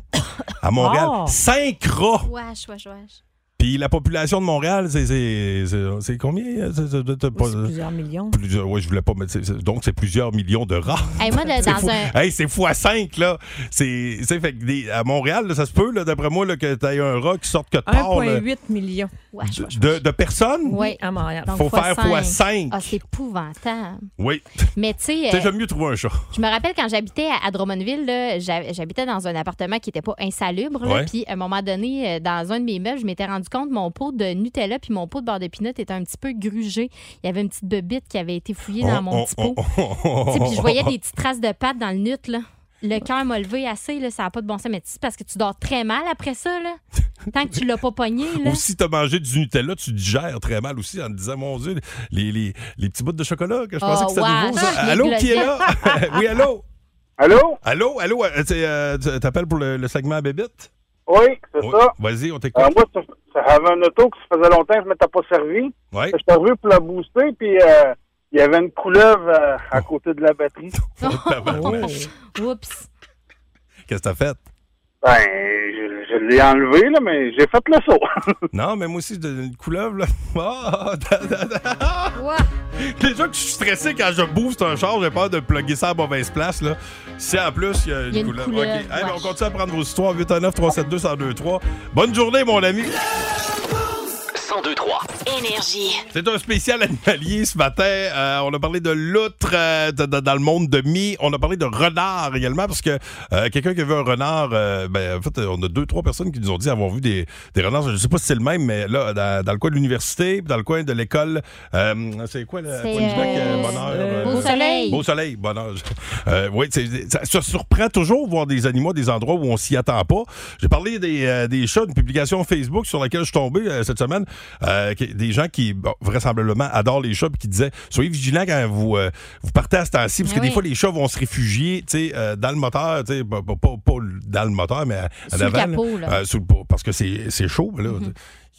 S1: à Montréal.
S7: Oh!
S1: Cinq rats!
S7: Wesh, wesh, wesh.
S1: Puis la population de Montréal, c'est- c'est c'est- c'est combien? euh, c'est- c'est- c'est pas-
S8: Plusieurs millions.
S1: plusieurs- ouais, je voulais pas mettre. c'est- c'est- donc, c'est plusieurs millions de rats.
S7: Hey, moi, de-
S1: C'est
S7: dans
S1: fou.
S7: un.
S1: Hey, c'est x5, là. C'est, c'est- fait que des- à Montréal, là, ça se peut, là, d'après moi, là, que tu aies un rat qui sorte que de part, là,
S8: 1,8 million.
S1: de, de personnes.
S7: Oui,
S8: à Montréal.
S7: Donc,
S1: Faut
S7: fois
S1: faire
S7: cinq.
S1: fois cinq.
S7: Ah, c'est épouvantable. <laughs>
S1: Oui.
S7: Mais tu sais.
S1: T'as
S7: euh,
S1: jamais mieux trouver un chat.
S7: Je me rappelle quand j'habitais à- à Drummondville, là, j'ha- j'habitais dans un appartement qui n'était pas insalubre. là.
S1: Ouais.
S7: Puis à un moment donné, euh, dans un de mes meubles, je m'étais rendu compte que mon pot de Nutella puis mon pot de beurre de pinot était un petit peu grugé. Il y avait une petite bebite qui avait été fouillée
S1: Oh,
S7: dans mon petit pot. Tu sais, Puis je voyais des petites traces de pattes dans le nut. Là. Le cœur m'a levé assez, là, ça n'a pas de bon sens. Mais tu sais, parce que tu dors très mal après ça, là. tant que tu l'as pas pogné.
S1: <laughs>
S7: Là.
S1: Ou si t'as mangé du Nutella, tu digères très mal aussi en te disant, mon Dieu, les, les, les petits bouts de chocolat que je pensais
S7: Oh,
S1: que c'était
S7: wow.
S1: nouveau. Ça.
S7: Les
S1: Allô, qui est
S7: <laughs>
S1: là? <laughs> oui, allô?
S14: Allô?
S1: Allô, allô? euh, t'sais, euh, tu- T'appelles pour le, le segment à Bébite?
S14: Oui, c'est
S1: Oui,
S14: ça. Ah,
S1: Vas-y, on t'écoute.
S14: Alors, moi, ça, ça avait un auto qui ça faisait longtemps que je ne m'étais pas servi.
S1: Ouais.
S14: Je suis arrivé pour la booster, puis euh, il y avait une couleuvre euh,
S1: Ah.
S14: à côté de la batterie.
S1: <laughs> Tabarouette.
S7: Oups.
S1: Qu'est-ce que t'as fait?
S14: Ben, je, je l'ai enlevé, là, mais j'ai fait le saut. <laughs>
S1: Non, mais moi aussi, j'ai une couleuvre, là. <laughs> Ah, da, da, da.
S7: Ouah.
S1: Déjà que je suis stressé quand je booste un char, j'ai peur de plugger ça à mauvaise place, là. Si en plus, il y a une,
S13: Il y a une
S1: couleuvre.
S13: couleuvre,
S1: OK. Eh ben, on
S13: wesh.
S1: continue à prendre vos histoires. 819 372 1023 Bonne journée, mon ami.
S2: 1023
S6: Énergie.
S1: C'est un spécial animalier ce matin. Euh, on a parlé de loutre euh, de- de- dans le monde de mi. On a parlé de renard également parce que euh, quelqu'un qui a vu un renard, euh, ben, en fait, on a deux, trois personnes qui nous ont dit avoir vu des, des renards. Je ne sais pas si c'est le même, mais là, dans, dans le coin de l'université, puis dans le coin de l'école, euh, c'est quoi le
S13: C'est,
S1: coin du lac,
S13: euh,
S1: Bonheur?
S13: euh, Beau Soleil.
S1: Beau soleil, bonheur. Euh, oui, c'est- ça, ça surprend toujours voir des animaux à des endroits où on s'y attend pas. J'ai parlé des, euh, des chats, une publication Facebook sur laquelle je suis tombé euh, cette semaine. euh, qui- des gens qui, bon, vraisemblablement, adorent les chats puis qui disaient Soyez vigilants quand vous, euh, vous partez à ce temps-ci, parce que
S13: Ah oui.
S1: des fois, les chats vont se réfugier tu sais, euh, dans le moteur, tu sais, pas, pas- pas- pas dans le moteur, mais à, à
S13: Sous le
S1: l'avant,
S13: capot, là. Mm-hmm.
S1: Euh, sous le- parce que c'est c'est chaud. mais Là,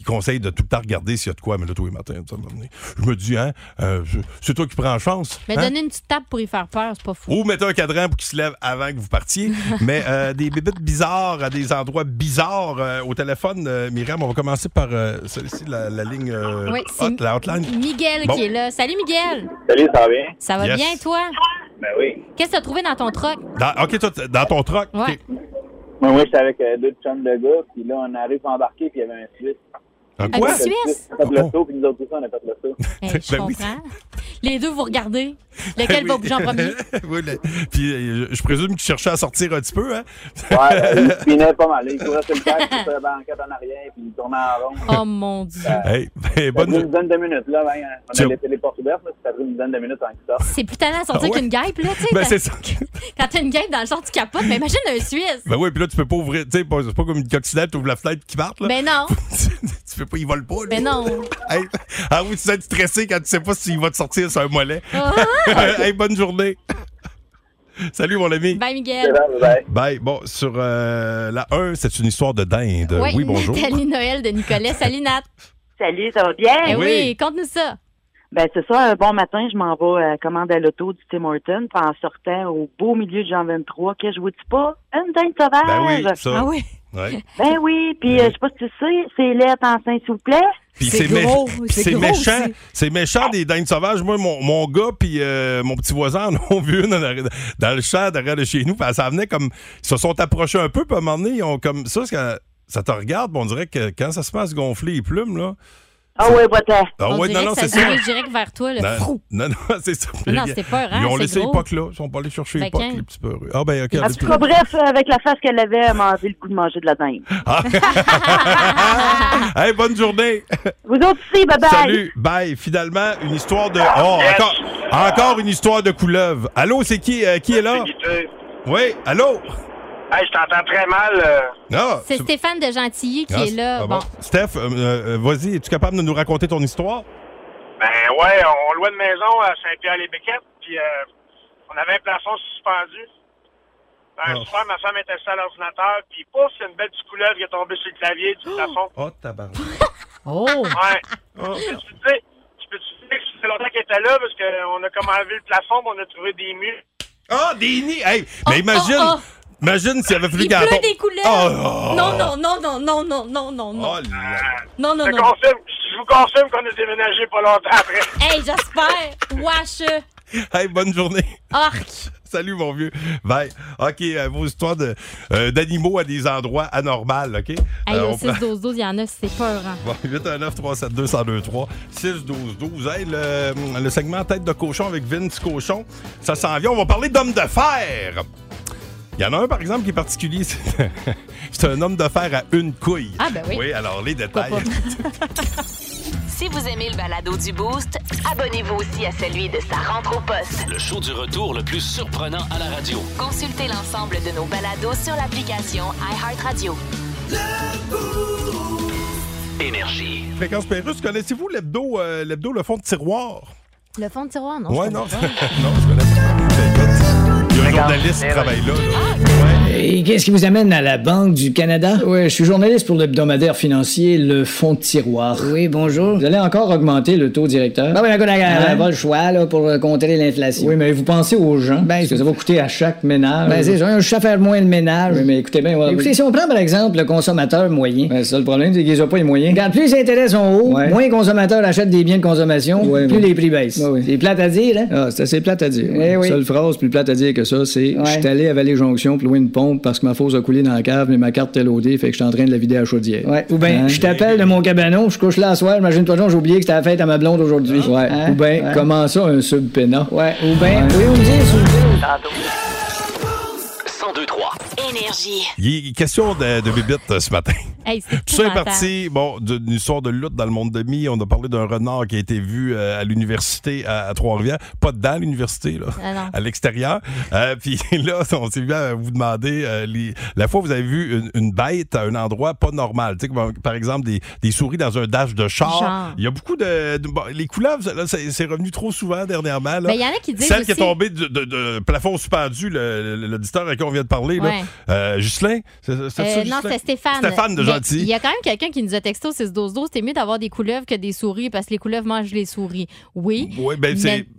S1: il conseille de tout le temps regarder s'il y a de quoi, mais là, tous les matins, tu sais, à un moment donné, je me dis, hein, euh, je- c'est toi qui prends la chance.
S7: Mais
S1: hein?
S7: donner une petite tape pour y faire peur, c'est pas fou.
S1: Ou mettez un cadran pour qu'il se lève avant que vous partiez. Mais euh, des bébites bizarres à des endroits bizarres euh, au téléphone. euh, Myriam, on va commencer par euh, celle-ci, la, la ligne euh,
S7: Oui,
S1: hot-
S7: c'est
S1: la hotline.
S7: Miguel
S1: Bon.
S7: qui est là. Salut Miguel!
S1: Salut, ça va bien?
S7: Ça va bien toi?
S14: Ben oui.
S7: Qu'est-ce que t'as trouvé dans ton troc?
S1: Dans, OK, toi, t- dans ton truck.
S7: Ouais.
S1: OK.
S14: Moi, moi, j'étais avec euh, deux chums de gars, puis là, on arrive à embarquer, puis il y avait un Suisse.
S1: Un Oh,
S7: quoi? Un Suisse?
S1: <laughs>
S14: On a fait le saut, puis nous autres aussi, on a fait le saut.
S7: Hey, je
S1: Ben oui. Ben
S7: comprends. Les deux, vous regardez. Lequel
S1: Oui.
S7: va bouger
S1: <laughs>
S7: en premier?
S1: Oui, le- Puis euh, je présume que tu cherchais à sortir un petit peu, hein?
S14: Ouais, euh, il pinait pas mal. Il courait sur le bac, puis sur la banquette en arrière, puis il tournait en rond.
S7: Oh mon Dieu.
S1: Hey, ben,
S14: Ça a pris
S1: bonne...
S14: Ah. une dizaine de minutes, là, ben, on a
S1: Tiens.
S14: laissé les portes ouvertes, là, ça a pris une dizaine de minutes avant qu'il sorte.
S7: C'est plus talent à sortir
S1: Ah ouais?
S7: qu'une guêpe, là, tu sais.
S1: Ben,
S7: t'as-
S1: c'est ça.
S7: Quand t'as une guêpe dans le genre, tu capotes, mais imagine un Suisse.
S1: Ben oui, puis là, tu peux pas ouvrir. Tu sais, pas- c'est pas comme une coccinelle, tu ouvres la fenêtre qui parte, là.
S7: Ben non,
S1: <laughs> tu peux pas, il vole pas, là. <laughs>
S7: ben non.
S1: Hey, ah oui, tu dois être stressé quand tu sais pas s'il va te sortir sur un mollet.
S7: Ah!
S1: <laughs> hey, bonne journée. Salut, mon ami.
S7: Bye, Miguel.
S1: Bye. Bon, sur euh, la 1, c'est une histoire de dinde.
S7: Ouais,
S1: oui, bonjour.
S7: Nathalie Noël de Nicolas. Salut, Nat.
S13: Salut, ça va
S1: Ben
S13: bien?
S7: Eh oui, conte-nous ça.
S13: Ben, c'est ça. Un bon matin, je m'en vais à la commande à l'auto du Tim Horton. Puis en sortant au beau milieu de Jean 23, que je vous dis pas, une dinde sauvage.
S1: Ben oui, ça.
S13: Ah oui.
S1: Ouais.
S13: Ben oui. Puis euh, je sais pas si tu sais, c'est lettre en Saint, s'il vous plaît.
S1: Puis c'est mé- puis c'est méchant. C'est
S13: Ah.
S1: méchant des dindes sauvages. Moi, mon, mon gars puis euh, mon petit voisin <laughs> en ont vu une en arri- dans le champ derrière de chez nous. Puis ça venait comme. Ils se sont approchés un peu, puis à un moment donné, ils ont comme. Ça, c'est quand- ça te regarde, puis on dirait que quand ça se passe gonfler les plumes, là.
S13: Ah ouais, va-t'en.
S1: Ah
S7: On
S1: ouais,
S7: dirait
S1: non, non,
S7: que ça
S1: c'est
S7: se
S1: ça.
S7: dirige direct vers toi, le
S1: Non, non, <laughs> non, c'est ça.
S7: Non, c'était peur, hein,
S1: Ils ont
S7: c'est
S1: laissé les
S7: gros.
S1: pocs là. Ils sont pas allés chercher les
S13: Ben,
S1: pocs,
S13: quand?
S1: les petits peureux. Ah, ben, OK.
S13: En
S1: les
S13: tout cas, bref, euh, avec la face qu'elle avait, elle m'a enlevé le coup de manger de la dinde.
S1: petits- Ah. <laughs> Hey, bonne journée.
S13: Vous autres aussi, bye-bye.
S1: Salut. Bye. Finalement, une histoire de. Oh, encore, encore une histoire de couleuvre. Allô, c'est qui, euh, qui est là? Oui, allô?
S15: Hey, je t'entends très mal. euh.
S1: Ah,
S7: C'est
S1: tu-
S7: Stéphane de Gentilly qui
S1: Ah,
S7: est là.
S1: ah
S7: bon.
S1: bon. Steph, euh, euh, vas-y, es-tu capable de nous raconter ton histoire?
S15: Ben ouais, on louait une maison à Saint-Pierre-les-Béquettes, puis euh, on avait un plafond suspendu. Un
S1: Oh.
S15: soir, ma femme était installée à l'ordinateur, puis pouf, c'est une belle petite couleuvre qui est tombée sur le clavier du plafond.
S1: Oh,
S7: <laughs>
S1: tabarnak.
S8: Oh!
S15: Ouais. Ah, Tu peux-tu dire, tu peux-tu dire que ça fait longtemps qu'elle était là, parce qu'on a comme enlevé le plafond, puis on a trouvé des murs.
S1: Ah, des nids! Hey, mais imagine,
S15: oh,
S1: imagine s'il avait fallu
S7: Il pleut
S1: tombe-
S7: des couleurs.
S1: Oh, oh.
S7: Non, non, non, non, non, non, non, non, non. Non, non,
S15: Je, te
S7: non.
S15: confirme- je vous confirme qu'on a déménagé pas longtemps après.
S7: Hey, j'espère. Wesh.
S1: Hey, bonne journée. <laughs> Euh,
S7: Arc.
S1: Salut, mon vieux. Bye. OK, euh, vos histoires de, euh, d'animaux à des endroits anormaux, OK?
S7: Hey,
S1: Euh,
S7: au
S1: on prend-
S7: 6-12-12, il y en a, c'est peur. hein.
S1: Bon, <laughs> 819 372 1023 6 12 12 Hey, le, le segment Tête de cochon avec Vince Cochon, ça s'en vient. On va parler d'hommes de fer. Il y en a un, par exemple, qui est particulier. C'est <laughs> c'est un homme de fer à une couille.
S6: Ah, ben oui.
S1: Oui, alors les détails.
S3: Si vous aimez le balado du Boost, abonnez-vous aussi à celui de sa rentre au poste.
S2: Le show du retour le plus surprenant à la radio.
S3: Consultez l'ensemble de nos balados sur l'application iHeartRadio.
S2: Énergie.
S1: <laughs> Fréquence Pérusse, connaissez-vous l'hebdo, euh, l'hebdo, le fond de tiroir?
S7: Le fond de tiroir, non?
S1: ouais, <laughs>
S7: je
S1: non. non,
S7: connais
S1: je
S7: pas.
S1: connais pas. Il y a un journaliste qui travaille là.
S7: Ah,
S1: là.
S11: Et qu'est-ce qui vous amène à la Banque du Canada? Oui, je suis journaliste pour l'hebdomadaire financier Le Fonds de Tiroir. Oui, bonjour. Vous allez encore augmenter le taux directeur? Ben oui, d'accord, d'accord.
S5: Ouais.
S11: On n'a pas le choix là, pour euh, contrer l'inflation.
S5: Oui, mais vous pensez aux gens? Ben,
S11: Parce que ça va coûter à chaque ménage.
S5: Ben, c'est
S11: ça, je sais faire moins de ménage.
S5: Oui, mais écoutez bien, ouais,
S11: Écoutez,
S5: oui.
S11: si on prend par exemple le consommateur moyen. Ben, c'est ça le problème, c'est qu'ils n'ont pas les moyens. Quand plus les intérêts sont hauts,
S5: Ouais.
S11: moins les consommateurs achètent des biens de consommation,
S5: Ouais,
S11: plus
S5: mais-
S11: les prix baissent. C'est plate à dire, hein?
S5: Ah, c'est assez plate à dire.
S11: Eh oui.
S5: Seule phrase plus plate à dire que ça, c'est
S11: Ouais.
S5: Je suis allé à Vallée-Jonction pour louer une pompe parce que ma fosse a coulé dans la cave, mais ma carte est loadée, fait que je suis en train de la vider à la chaudière.
S11: Ouais. Ou bien,
S5: Hein?
S11: je t'appelle de mon cabanon, je couche là à soir, imagine-toi donc, j'ai oublié que c'était la fête à ma blonde aujourd'hui.
S5: Ouais.
S11: Hein?
S5: Ou bien,
S11: Ouais.
S5: comment ça, un subpénat?
S11: Ouais. Ou bien,
S5: Ouais.
S11: pouvez-vous me dire, s'il vous plaît,
S2: 1023.
S6: Énergie.
S1: Il est question de, de bibitte euh, ce matin.
S7: Hey, c'est
S1: Tout ça est
S7: épouvantable.
S1: parti bon, d'une histoire de lutte dans le monde de mi. On a parlé d'un renard qui a été vu euh, à l'université à, à Trois-Rivières. Pas dans l'université, là,
S7: Ah non.
S1: à l'extérieur. Euh, <laughs> puis là, on s'est mis à vous demander euh, les- la fois où vous avez vu une, une bête à un endroit pas normal. Tu sais, comme, par exemple, des, des souris dans un dash de char.
S7: Genre.
S1: Il y a beaucoup de. de- bon, les couleuvres, là, c'est c'est revenu trop souvent dernièrement. là.
S7: Ben, il y en a qui disent
S1: Celle qui est
S7: aussi-
S1: tombée de, de- de plafond suspendu, le- le- l'auditeur à qui on vient de parler.
S7: Ouais.
S1: Là. Euh, Ghislain, c'est- c'est-
S7: Euh,
S1: ça,
S7: non,
S1: Justin?
S7: c'est Stéphane.
S1: Stéphane de
S7: Mais
S1: gentil.
S7: Il y a quand même quelqu'un qui nous a texté au 6 12 12 c'est mieux d'avoir des couleuvres que des souris parce que les couleuvres mangent les souris. Oui.
S1: Oui, ben c'est.
S7: Mais-
S1: <laughs>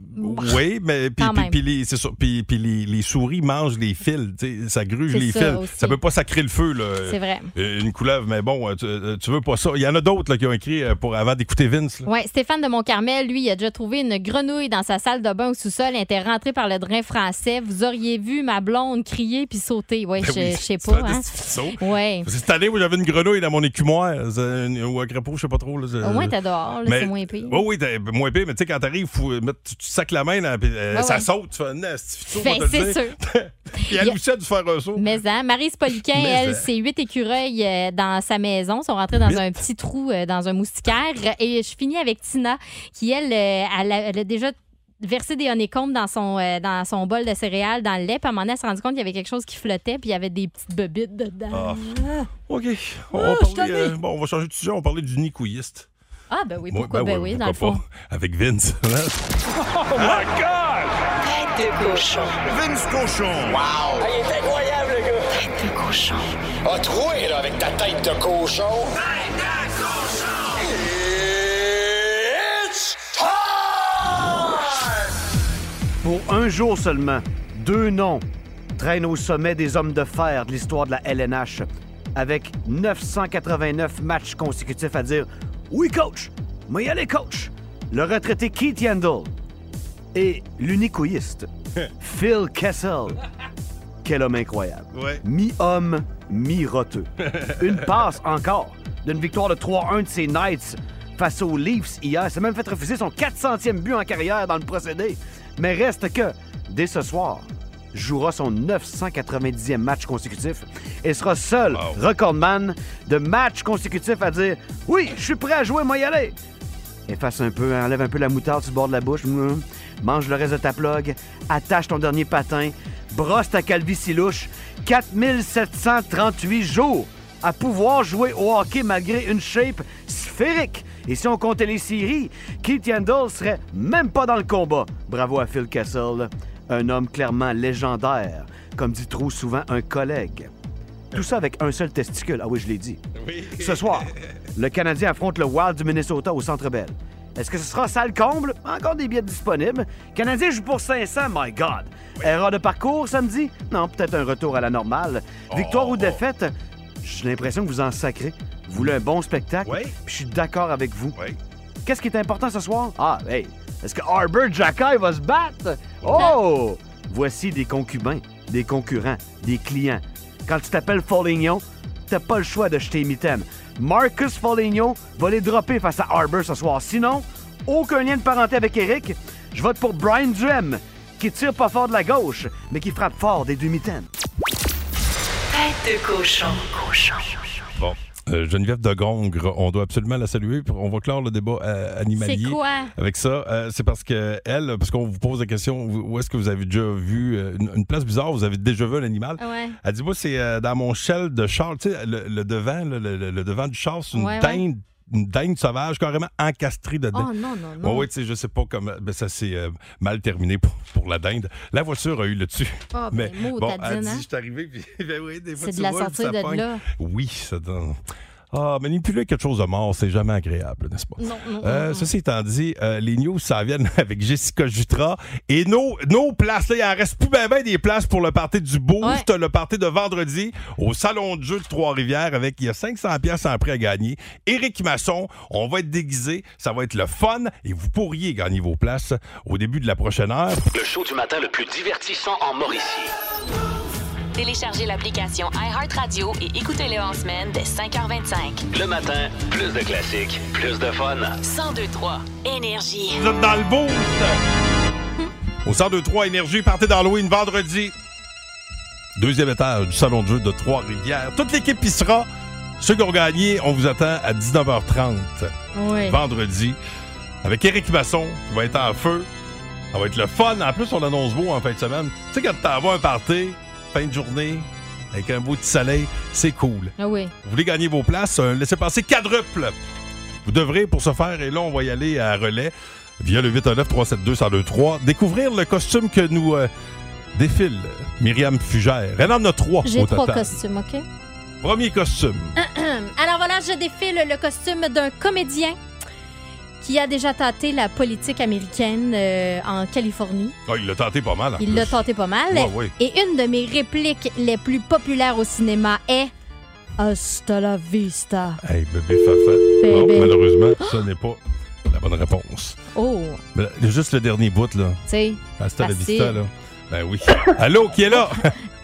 S1: Oui, mais puis,
S7: Quand
S1: puis-
S7: même.
S1: puis les, c'est sûr, puis- puis les- les souris mangent les fils, tu sais, ça gruge
S7: C'est
S1: les
S7: ça
S1: fils.
S7: aussi.
S1: Ça peut pas sacrer le feu, là.
S7: C'est vrai.
S1: Euh, Une couleuvre, mais bon, euh, tu, euh, tu veux pas ça. Il y en a d'autres là, qui ont écrit euh, pour avant d'écouter Vince. là.
S7: Ouais, Stéphane de Montcarmel, lui, il a déjà trouvé une grenouille dans sa salle de bain au sous-sol. Elle était rentrée par le drain français. Vous auriez vu ma blonde crier puis sauter. Ouais,
S1: Ben
S7: je
S1: oui,
S7: je sais
S1: c'est
S7: pas.
S1: un
S7: hein.
S1: destifisseau.
S7: Ouais.
S1: Parce que Cette année, moi, j'avais une grenouille dans mon écumoire, c'est un- ou un crapaud, je sais pas trop. Là, c'est-
S7: Au moins, t'es dehors, là,
S1: Mais- oh,
S7: c'est moins pire.
S1: Oui, oui, t'es moins épais, mais tu sais, quand t'arrives, faut euh, mettre- tu, tu sacs la main, là, puis, euh,
S7: Ouais,
S1: ça
S7: ouais.
S1: saute, tu fais un nasty saut,
S7: Ben,
S1: on va te le
S7: c'est
S1: dire. Puis elle aussi a dû faire un saut.
S7: Mais hein, Marie Spoliquin,
S1: Mais hein.
S7: elle, c'est huit écureuils euh, dans sa maison. sont rentrés dans
S1: Huit?
S7: un petit trou, euh, dans un moustiquaire. Et je finis avec Tina, qui, elle, euh, elle, a, elle a déjà versé des honeycombs dans son, euh, dans son bol de céréales, dans le lait. Puis à un moment donné, elle s'est rendue compte qu'il y avait quelque chose qui flottait, puis il y avait des petites bobites dedans. Ah,
S1: OK. On, va parler, euh, bon, on va changer de sujet, on va parler du nicouilliste.
S7: Ah, ben oui,
S1: Moi-
S7: pourquoi?
S1: ben
S7: Ben,
S1: ouais,
S7: oui, dans le
S1: pourquoi
S7: fond.
S1: pas? <laughs> Avec Vince. hein?
S16: Oh my God! Tête de cochon. Vince cochon. Wow! il est incroyable, le gars! Tête de cochon. A troué, là, avec ta tête de cochon. Tête de cochon! It's
S17: Pour un jour seulement, deux noms traînent au sommet des hommes de fer de l'histoire de la LNH, avec 989 matchs consécutifs à dire Oui, coach, mais y aller, coach. Le retraité Keith Yandel et l'unicoïste Phil Kessel. Quel homme incroyable.
S1: Ouais.
S17: Mi-homme, mi-roteux. Une passe encore d'une victoire de 3-1 de ses Knights face aux Leafs hier. S'est même fait refuser son 400e but en carrière dans le procédé. Mais reste que, dès ce soir, jouera son 990e match consécutif et sera seul recordman de matchs consécutifs à dire « Oui, je suis prêt à jouer, moi y aller! » Efface un peu, enlève un peu la moutarde sur le bord de la bouche. mm, Mange le reste de ta plug. Attache ton dernier patin. Brosse ta calvitie louche. 4738 jours à pouvoir jouer au hockey malgré une shape sphérique. Et si on comptait les séries, Keith Yandel serait même pas dans le combat. Bravo à Phil Kessel, un homme clairement légendaire, comme dit trop souvent un collègue. Tout ça avec un seul testicule. Ah oui, je l'ai dit. <laughs> Ce soir, le Canadien affronte le Wild du Minnesota au Centre Bell. Est-ce que ce sera salle comble? Encore des billets disponibles. Canadien joue pour 500, my God. Erreur de parcours samedi? Non, peut-être un retour à la normale. Victoire ou défaite? J'ai l'impression que vous en sacrez. Vous voulez un bon spectacle? puis Je suis d'accord avec vous. Qu'est-ce qui est important ce soir? Ah, hey, est-ce que Arbor Jacky va se battre? Oh! Voici des concubins, des concurrents, des clients. Quand tu t'appelles Foligno, t'as pas le choix de jeter mitem. Marcus Foligno va les dropper face à Arbor ce soir. Sinon, aucun lien de parenté avec Eric. Je vote pour Brian Duhem, qui tire pas fort de la gauche, mais qui frappe fort des demi-thèmes.
S16: Tête de cochon. Cochon.
S1: Bon. Euh, Geneviève de Gongre, on doit absolument la saluer. puis On va clore le débat euh, animalier.
S7: C'est quoi?
S1: Avec ça, Euh, c'est parce que elle, parce qu'on vous pose la question, vous- où est-ce que vous avez déjà vu euh, une, une place bizarre, vous avez déjà vu un animal?
S7: Ah Ouais.
S1: Elle dit, moi, c'est euh, dans mon shell de char, tu sais, le, le devant, là, le, le- le devant du char, c'est une
S7: Ouais, ouais.
S1: dinde. Une dinde sauvage, carrément encastrée dedans.
S7: Oh, non, non, non.
S1: ben Ouais, ouais, tu sais, je sais pas comment. ben, ça s'est euh, mal terminé pour, pour la dinde. La voiture a eu le dessus.
S7: Ah, ben,
S1: mais
S7: maudite
S1: bon, elle
S7: Adine,
S1: dit,
S7: hein.
S1: je suis arrivé, puis <laughs> ben oui, des fois,
S7: C'est
S1: tu
S7: de la
S1: roules, puis
S7: sortir
S1: ça
S7: de
S1: pogne.
S7: là.
S1: Oui, ça donne. Ah, manipuler quelque chose de mort, c'est jamais agréable, n'est-ce pas?
S7: Non, non,
S1: Euh, Ceci étant dit, euh, les news s'en viennent <laughs> avec Jessica Jutra. Et nos, nos places, là, il en reste plus ben ben des places pour le party du Boost, le party de vendredi au Salon de jeu de Trois-Rivières avec, il y a 500 pièces en prix à gagner. Éric Masson, on va être déguisé, ça va être le fun et vous pourriez gagner vos places au début de la prochaine heure.
S2: Le show du matin le plus divertissant en Mauricie.
S6: Téléchargez l'application iHeartRadio et écoutez-le en semaine dès 5h25.
S2: Le matin, plus de classiques, plus de fun.
S6: 1023 Énergie.
S1: Vous êtes dans le boost! Au 102-3 Énergie, partez dans l'Halloween vendredi. Deuxième étage du Salon de jeu de Trois-Rivières. Toute l'équipe y sera. Ceux qui ont gagné, on vous attend à 19h30
S7: Oui.
S1: vendredi avec Éric Masson qui va être en feu. Ça va être le fun. En plus, on annonce beau en fin de semaine. Tu sais, quand t'envoies un party, fin de journée, avec un beau petit soleil, c'est cool.
S7: Ah oui.
S1: Vous voulez gagner vos places, un laissez-passer quadruple. Vous devrez, pour ce faire, et là, on va y aller à relais via le 819-372-1023, découvrir le costume que nous euh, défile Myriam Fugère. Elle en a trois
S7: J'ai
S1: au
S7: trois
S1: total.
S7: costumes, OK?
S1: Premier costume.
S7: <clears throat> Alors voilà, je défile le costume d'un comédien qui a déjà tâté la politique américaine euh, en Californie.
S1: Ah, il l'a tenté pas mal. en
S7: Il
S1: plus.
S7: l'a tenté pas mal.
S1: Ouais, ouais.
S7: Et une de mes répliques les plus populaires au cinéma est Hasta la vista.
S1: Hey, bébé Fafa. Non,
S7: Bébé.
S1: malheureusement, ce n'est pas la bonne réponse.
S7: Oh,
S1: Mais là, juste le dernier bout, là.
S7: tu sais.
S1: Hasta la
S7: facile.
S1: vista, là. Ben oui. Allô, qui est
S7: <laughs>
S1: là?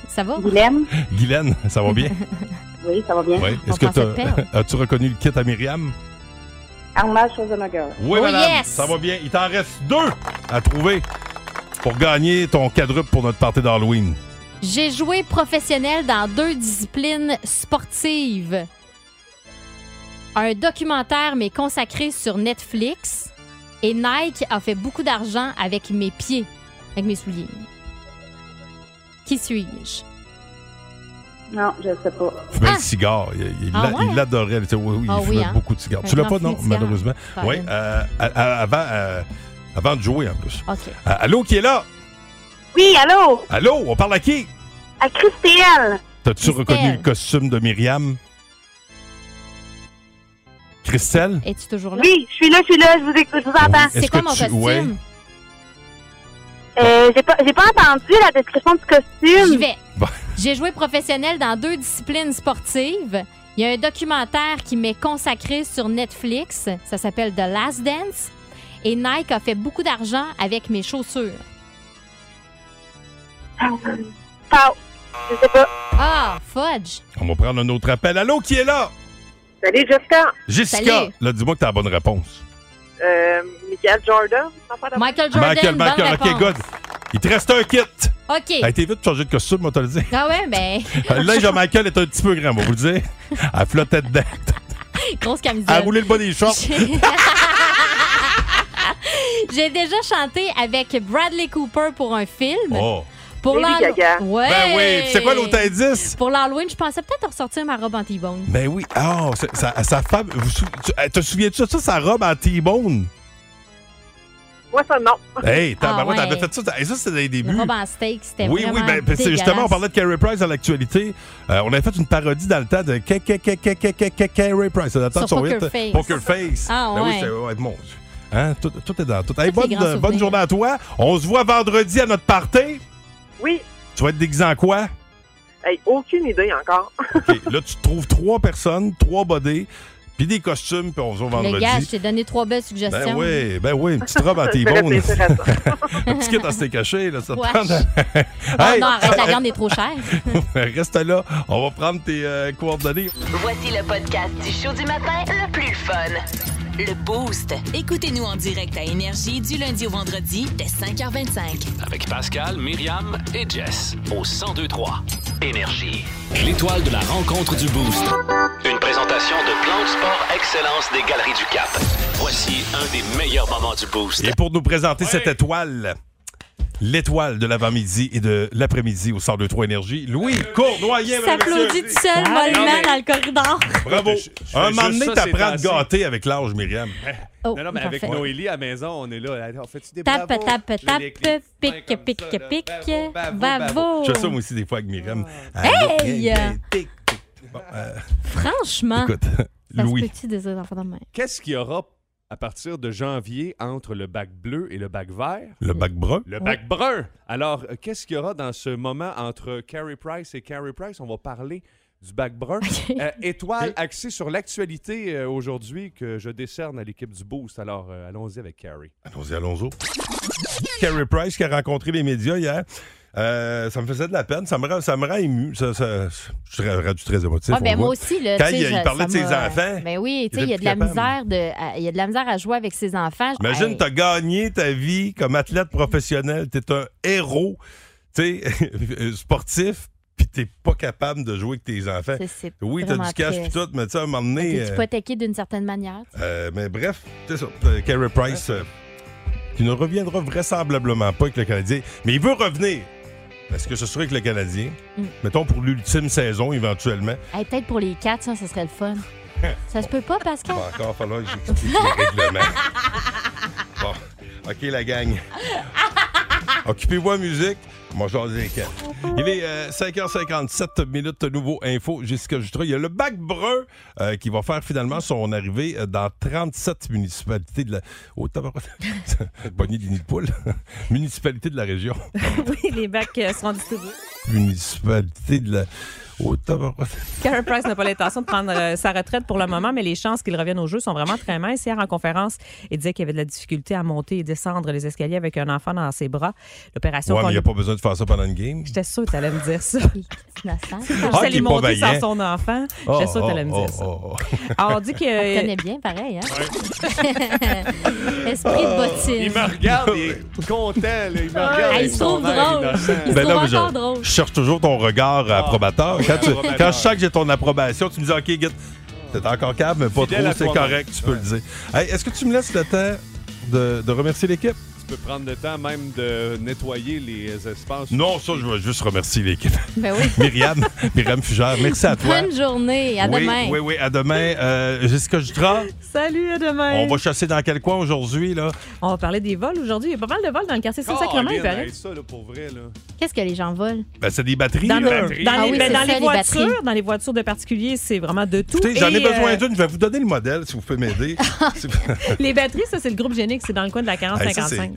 S7: Ça va?
S13: Guylaine?
S1: Guylaine, ça va bien?
S13: Oui, ça va bien.
S1: Oui. Est-ce que
S13: pensait te
S1: t'as-
S13: perdre.
S1: as-tu reconnu le kit à Myriam?
S13: Armage Schwarzenegger.
S7: Oh,
S1: Oui, madame. Ça va bien. Il t'en reste deux à trouver pour gagner ton quadruple pour notre party d'Halloween.
S7: J'ai joué professionnel dans deux disciplines sportives. Un documentaire m'est consacré sur Netflix et Nike a fait beaucoup d'argent avec mes pieds, avec mes souliers. Qui suis-je?
S13: Non, je sais pas.
S1: fumait le cigare. Il- Il
S7: Ah
S1: l'a-
S7: ouais?
S1: il l'adorait. Tu sais, oui, oui,
S7: Ah
S1: il
S7: oui,
S1: fumait
S7: hein?
S1: beaucoup de cigares.
S7: Un
S1: Tu l'as
S7: grand
S1: pas,
S7: fumé
S1: non,
S7: de cigares.
S1: malheureusement.
S7: Pas
S1: Oui,
S7: une.
S1: euh, à- à- avant, euh, avant de jouer, en plus.
S7: OK.
S1: Euh, allô, qui est là?
S13: Oui, allô?
S1: Allô, on parle à qui?
S13: À Christelle!
S1: T'as-tu
S13: Christelle.
S1: reconnu le costume de Myriam? Christelle?
S7: Es-tu toujours là?
S13: Oui, je suis là, je suis là, je vous écoute, je vous entends.
S1: Est-ce que tu... ouais.
S13: Euh, j'ai pas, j'ai pas entendu la description du costume.
S7: J'y vais. J'ai joué professionnel dans deux disciplines sportives. Il y a un documentaire qui m'est consacré sur Netflix. Ça s'appelle The Last Dance. Et Nike a fait beaucoup d'argent avec mes chaussures.
S13: Ah, Je sais pas.
S7: Ah, fudge.
S1: On va prendre un autre appel. Allô, qui est là?
S13: Salut, Jessica.
S1: Jessica, là, dis-moi que t'as la bonne réponse.
S13: Euh, Michael Jordan.
S7: Michael Jordan,
S1: Michael,
S7: bonne
S1: Michael,
S7: réponse.
S1: OK, good. Il te reste un kit.
S7: OK.
S1: Hey, t'es vite de changer de costume, on te le dit.
S7: <laughs> Ah ouais, ben,
S1: Le linge de Michael est un petit peu grand, on va vous le dire. Elle flottait dedans.
S7: grosse
S1: Elle a
S7: camisole.
S1: roulé le bas des shorts.
S7: <laughs> J'ai déjà chanté avec Bradley Cooper pour un film.
S1: Oh.
S7: Pour
S13: Lady
S7: l'Hall-
S13: Gaga.
S7: Ouais.
S1: Ben oui, puis c'est quoi l'autre indice?
S7: Pour l'Halloween, je pensais peut-être ressortir ma robe en T-bone.
S1: Ben oui. Ah, c'est- sa, sa femme. Vous, sou- tu- euh, te souviens-tu de ça, sa robe en T-bone?
S13: Moi, ça, non.
S1: Hey,
S7: Ah
S1: tabarouette,
S7: ouais.
S1: t'avais fait ça. t'as- Et ça, c'était dans les
S7: Une
S1: débuts.
S7: robe en steak, c'était
S1: Oui, oui,
S7: vraiment
S1: ben, parce que justement, on
S7: dégueulasse.
S1: parlait de Carey Price à l'actualité. Euh, on avait fait une parodie dans le temps de Ca- Ca- Ca- Ca- Ca- Ca- Ca- Carey Price. Ça datait de
S7: Sur
S1: son
S7: Poker
S1: hit,
S7: Face.
S1: Poker Face.
S7: Ah,
S1: Ben oui,
S7: ouais.
S1: c'est ouais, mon Dieu. Hein, tout, tout est dans tout. Hey,
S7: Tous les
S1: bonne,
S7: grands
S1: bonne
S7: souvenirs.
S1: journée à toi. On se voit vendredi à notre party.
S13: Oui.
S1: Tu vas être déguisé en quoi?
S13: Hey, aucune idée encore.
S1: OK, <laughs> là, tu trouves trois personnes, trois bodés, puis des costumes, puis on se voit
S7: Le
S1: vendredi.
S7: gars, je t'ai donné trois belles
S1: Ben
S7: suggestions.
S1: oui, ben oui, une petite robe à tes
S7: Je vais
S1: bones.
S7: réfléchir
S1: <laughs> Un petit kit à se caché, là, ça te
S7: Wesh.
S1: prend.
S7: Ah
S1: Hey,
S7: non, arrête, la viande est
S1: <laughs>
S7: trop chère.
S1: Reste là, on va prendre tes euh, coordonnées.
S3: Voici le podcast du show du matin le plus fun. Le Boost.
S6: Écoutez-nous en direct à Énergie du lundi au vendredi dès 5h25.
S2: Avec Pascal, Myriam et Jess au 1023 Énergie. L'étoile de la rencontre du Boost. Une présentation de Plan de Sport Excellence des Galeries du Cap. Voici un des meilleurs moments du Boost.
S1: Et pour nous présenter cette étoile, l'étoile de l'avant-midi et de l'après-midi au 102-3 Énergie, Louis Cournoyer, mesdames,
S7: S'applaudit
S1: messieurs.
S7: tout seul, mollement,
S18: mais-
S7: dans le corridor.
S1: Bravo.
S18: fais
S1: Un
S18: juste
S1: moment donné,
S18: ça, c'est
S1: t'apprends à te
S18: assez.
S1: gâter avec l'âge, Myriam.
S7: Oh,
S18: non, non, mais avec
S7: parfait.
S18: Noélie à la maison, on est là. On fait-tu des
S7: Tape,
S18: bravos?
S7: tape,
S18: Je
S7: tape,
S18: l'ai écrit.
S7: pique, pique, pique, pique, bravo.
S1: Je fais ça moi aussi des fois avec Myriam.
S7: Hey!
S1: Bon, euh,
S7: Franchement,
S1: écoute,
S7: hein?
S1: <laughs>
S7: ça se
S1: Louis.
S7: peut-tu des enfants de même?
S18: Qu'est-ce qu'il y aura à partir de janvier entre le bac bleu et le bac vert?
S1: Le bac brun.
S18: Le bac brun. Alors, euh, qu'est-ce qu'il y aura dans ce moment entre Carrie Price et Carrie Price? On va parler du bac
S7: <laughs>
S18: brun. Euh, étoile axée sur l'actualité euh, aujourd'hui que je décerne à l'équipe du Boost. Alors, euh, allons-y avec Carrie.
S1: Allons-y, allons-y. Carrie Price qui a rencontré les médias hier. euh, ça me faisait de la peine, ça me rend, ça me rend ému. Ça, ça- je suis très- rendu très émotif.
S7: Ah,
S1: on
S7: ben
S1: voit.
S7: moi aussi, là.
S1: Quand
S7: tu sais,
S1: il, il
S7: je-
S1: parlait
S7: ça
S1: de ses
S7: m'a-
S1: enfants,
S7: Ben oui, tu
S1: il
S7: sais, il y a
S1: était
S7: de la
S1: plus
S7: misère de, à- il y a de la misère à jouer avec ses enfants. Je-
S1: imagine,
S7: Hey.
S1: t'as gagné ta vie comme athlète professionnel, t'es un héros tu sais, <laughs> sportif, puis t'es pas capable de jouer avec tes enfants.
S7: C'est- c'est
S1: Oui, t'as
S7: vraiment
S1: du cash pis
S7: triste. Ah,
S1: tout, mais tu sais, à un moment donné.
S7: T'es
S1: euh,
S7: hypothéqué d'une certaine manière.
S1: Euh, mais bref, c'est ça. Euh, Carey Price, euh, qui ne reviendra vraisemblablement pas avec le Canadien, mais il veut revenir. Est-ce que ce serait avec le Canadien?
S7: Mm.
S1: Mettons pour l'ultime saison, éventuellement.
S7: Hey, peut-être pour les quatre, ça, ça serait le fun. Ça se peut pas,
S1: Il
S7: Pascal?
S1: va encore falloir que j'explique les règlements. Bon, OK, la gang. Occupez-vous à musique. Moi, j'en ai Il est euh, 5h57 minutes, nouveau info. Jessica Jutra. Il y a le bac brun euh, qui va faire finalement son arrivée euh, dans 37 municipalités de la. Oh, tabarouette. <laughs> Bonnie de nid de poule. <laughs> Municipalité de la région.
S8: <laughs> oui, les bacs euh, seront distribués.
S1: Municipalité de la. Oh, tabarouette.
S8: Carey Price n'a pas l'intention de prendre euh, sa retraite pour le moment, mais les chances qu'il revienne au jeu sont vraiment très minces. Hier, en conférence, il disait qu'il y avait de la difficulté à monter et descendre les escaliers avec un enfant dans ses bras. L'opération
S1: Ouais,
S8: qu'on
S1: mais il n'y a
S8: lui-
S1: pas besoin de faire ça pendant une game.
S8: <laughs> J'étais sûre que tu allais me dire ça.
S1: Ah,
S8: J'étais
S1: qu'il est
S8: allée
S1: pas
S8: monter sans
S1: vaillant. Oh,
S8: son enfant. J'étais sûre que tu allais me dire ça. Alors, on dit que.
S7: On te connaît bien, pareil, hein? <laughs> Esprit de bottine.
S18: Il me regarde, il est content, là. Il me regarde.
S7: Ah, il
S18: avec
S7: se
S18: son
S7: trouve
S18: air
S7: drôle.
S18: innocent.
S7: Il se
S1: Ben
S7: trouve
S1: non, mais je-
S7: encore drôle.
S1: Je cherche toujours ton regard Ah. approbateur. Quand, tu-
S18: approbateur.
S1: quand je sens que j'ai ton approbation, tu me dis OK, Guy, t'es encore capable, mais pas
S18: Fidèle à
S1: trop, c'est
S18: toi-même.
S1: correct, tu peux le dire. Hey, Est-ce que tu me laisses le temps de, de remercier l'équipe?
S18: Tu peux prendre le temps même de nettoyer les espaces.
S1: Non, ça, je veux juste remercier l'équipe.
S7: Ben oui.
S1: <laughs> Myriam, Myriam Fugère, merci à toi.
S7: Bonne journée. À
S1: oui,
S7: demain.
S1: Oui, oui, à demain. Euh, Jessica Jutra,
S8: Salut, à demain.
S1: on va chasser dans quel coin aujourd'hui, là?
S8: On va parler des vols aujourd'hui. Il y a pas mal de vols dans le quartier
S1: Ah,
S8: Saint-Sacrement, il
S18: Colin,
S8: paraît.
S18: hey, ça, là, pour vrai, là.
S7: Qu'est-ce que les gens volent?
S1: Ben, c'est des batteries.
S8: Dans,
S1: là.
S8: le- dans
S7: Ah
S8: les, ben, dans les voitures,
S7: batteries.
S8: dans les voitures de particuliers, c'est vraiment de tout.
S1: Écoutez, j'en ai
S8: Et, euh,
S1: besoin d'une. Je vais vous donner le modèle, si vous pouvez
S7: <laughs>
S1: m'aider. C'est-
S8: Les batteries, ça, c'est le groupe Génique. C'est dans le coin de la 40-55.
S1: Hey, ça, c'est-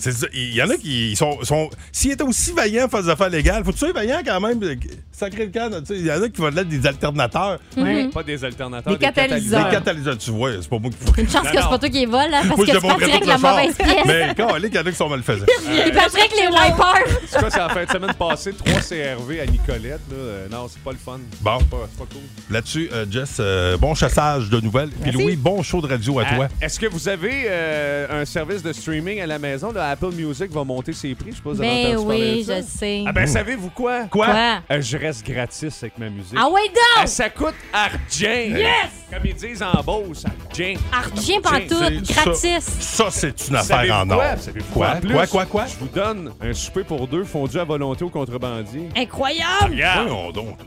S1: C'est ça. Il y en a qui sont. sont S'ils étaient aussi vaillants face aux affaires légales, faut-tu être vaillant quand même? euh, Sacré le camp. tu sais, Il y en a qui veulent être des alternateurs.
S7: Mhm. Ouais,
S18: Pas des alternateurs.
S7: Des catalyseurs.
S1: Des catalyseurs, tu vois. C'est pas moi qui fous.
S7: Une chance que c'est pas toi qui les vole, hein,
S1: <laughs>
S7: parce
S1: Moi,
S7: que
S1: je
S7: tu
S1: te montrerai
S7: partirais avec
S1: tout le
S7: la
S1: char.
S7: mauvaise pièce.
S1: Mais quand il y en a qui sont
S7: <laughs>
S1: malfaisants.
S7: Il partirait avec les wipers.
S18: C'est quoi, c'est la fin de semaine passée, 3 CRV à Nicolette. Là. Euh, Non, c'est pas le fun.
S1: Bon.
S18: C'est pas, c'est pas cool.
S1: Là-dessus, euh, Jess, euh, bon chassage de nouvelles. Puis
S18: Merci.
S1: Louis, bon show de radio à
S18: Ah,
S1: toi.
S18: Est-ce que vous avez euh, un service de streaming à la maison? Là, Apple Music va monter ses prix, je sais pas si vous avez
S7: Ben
S18: entendu parler
S7: oui,
S18: de ça.
S7: je sais.
S18: Ah ben, savez-vous quoi?
S7: Quoi? Quoi?
S18: Euh, je reste gratis avec ma musique.
S7: Ah ouais, donc!
S18: Ah, ça coûte argent!
S7: Yes!
S18: Comme ils disent en Beauce, argent.
S7: Argent pantoute,
S18: C'est-
S7: gratis.
S1: Ça, c'est une
S18: Savez-vous
S1: affaire en or.
S18: quoi? Savez-vous
S1: Quoi?
S18: quoi? En plus,
S1: Quoi, quoi, quoi?
S18: Je vous donne un souper pour deux fondu à volonté aux contrebandiers.
S7: Incroyable!
S1: Voyons donc.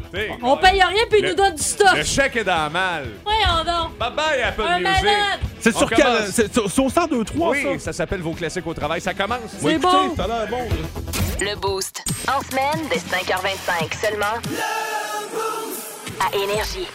S7: On paye rien puis ils
S18: Le-
S7: nous donnent du stock.
S18: Le chèque est dans la malle.
S7: Voyons donc.
S18: Bye bye, Apple
S7: Un
S18: Music.
S7: malade.
S1: C'est
S18: On
S1: sur quel.
S18: commence.
S1: C'est sur- sur 102-3,
S7: Ah.
S18: Oui, ça s'appelle Vos classiques au travail. Ça commence.
S1: C'est bon. ça a l'air bon.
S3: Le Boost. En semaine, dès 5h25 seulement. À Énergie.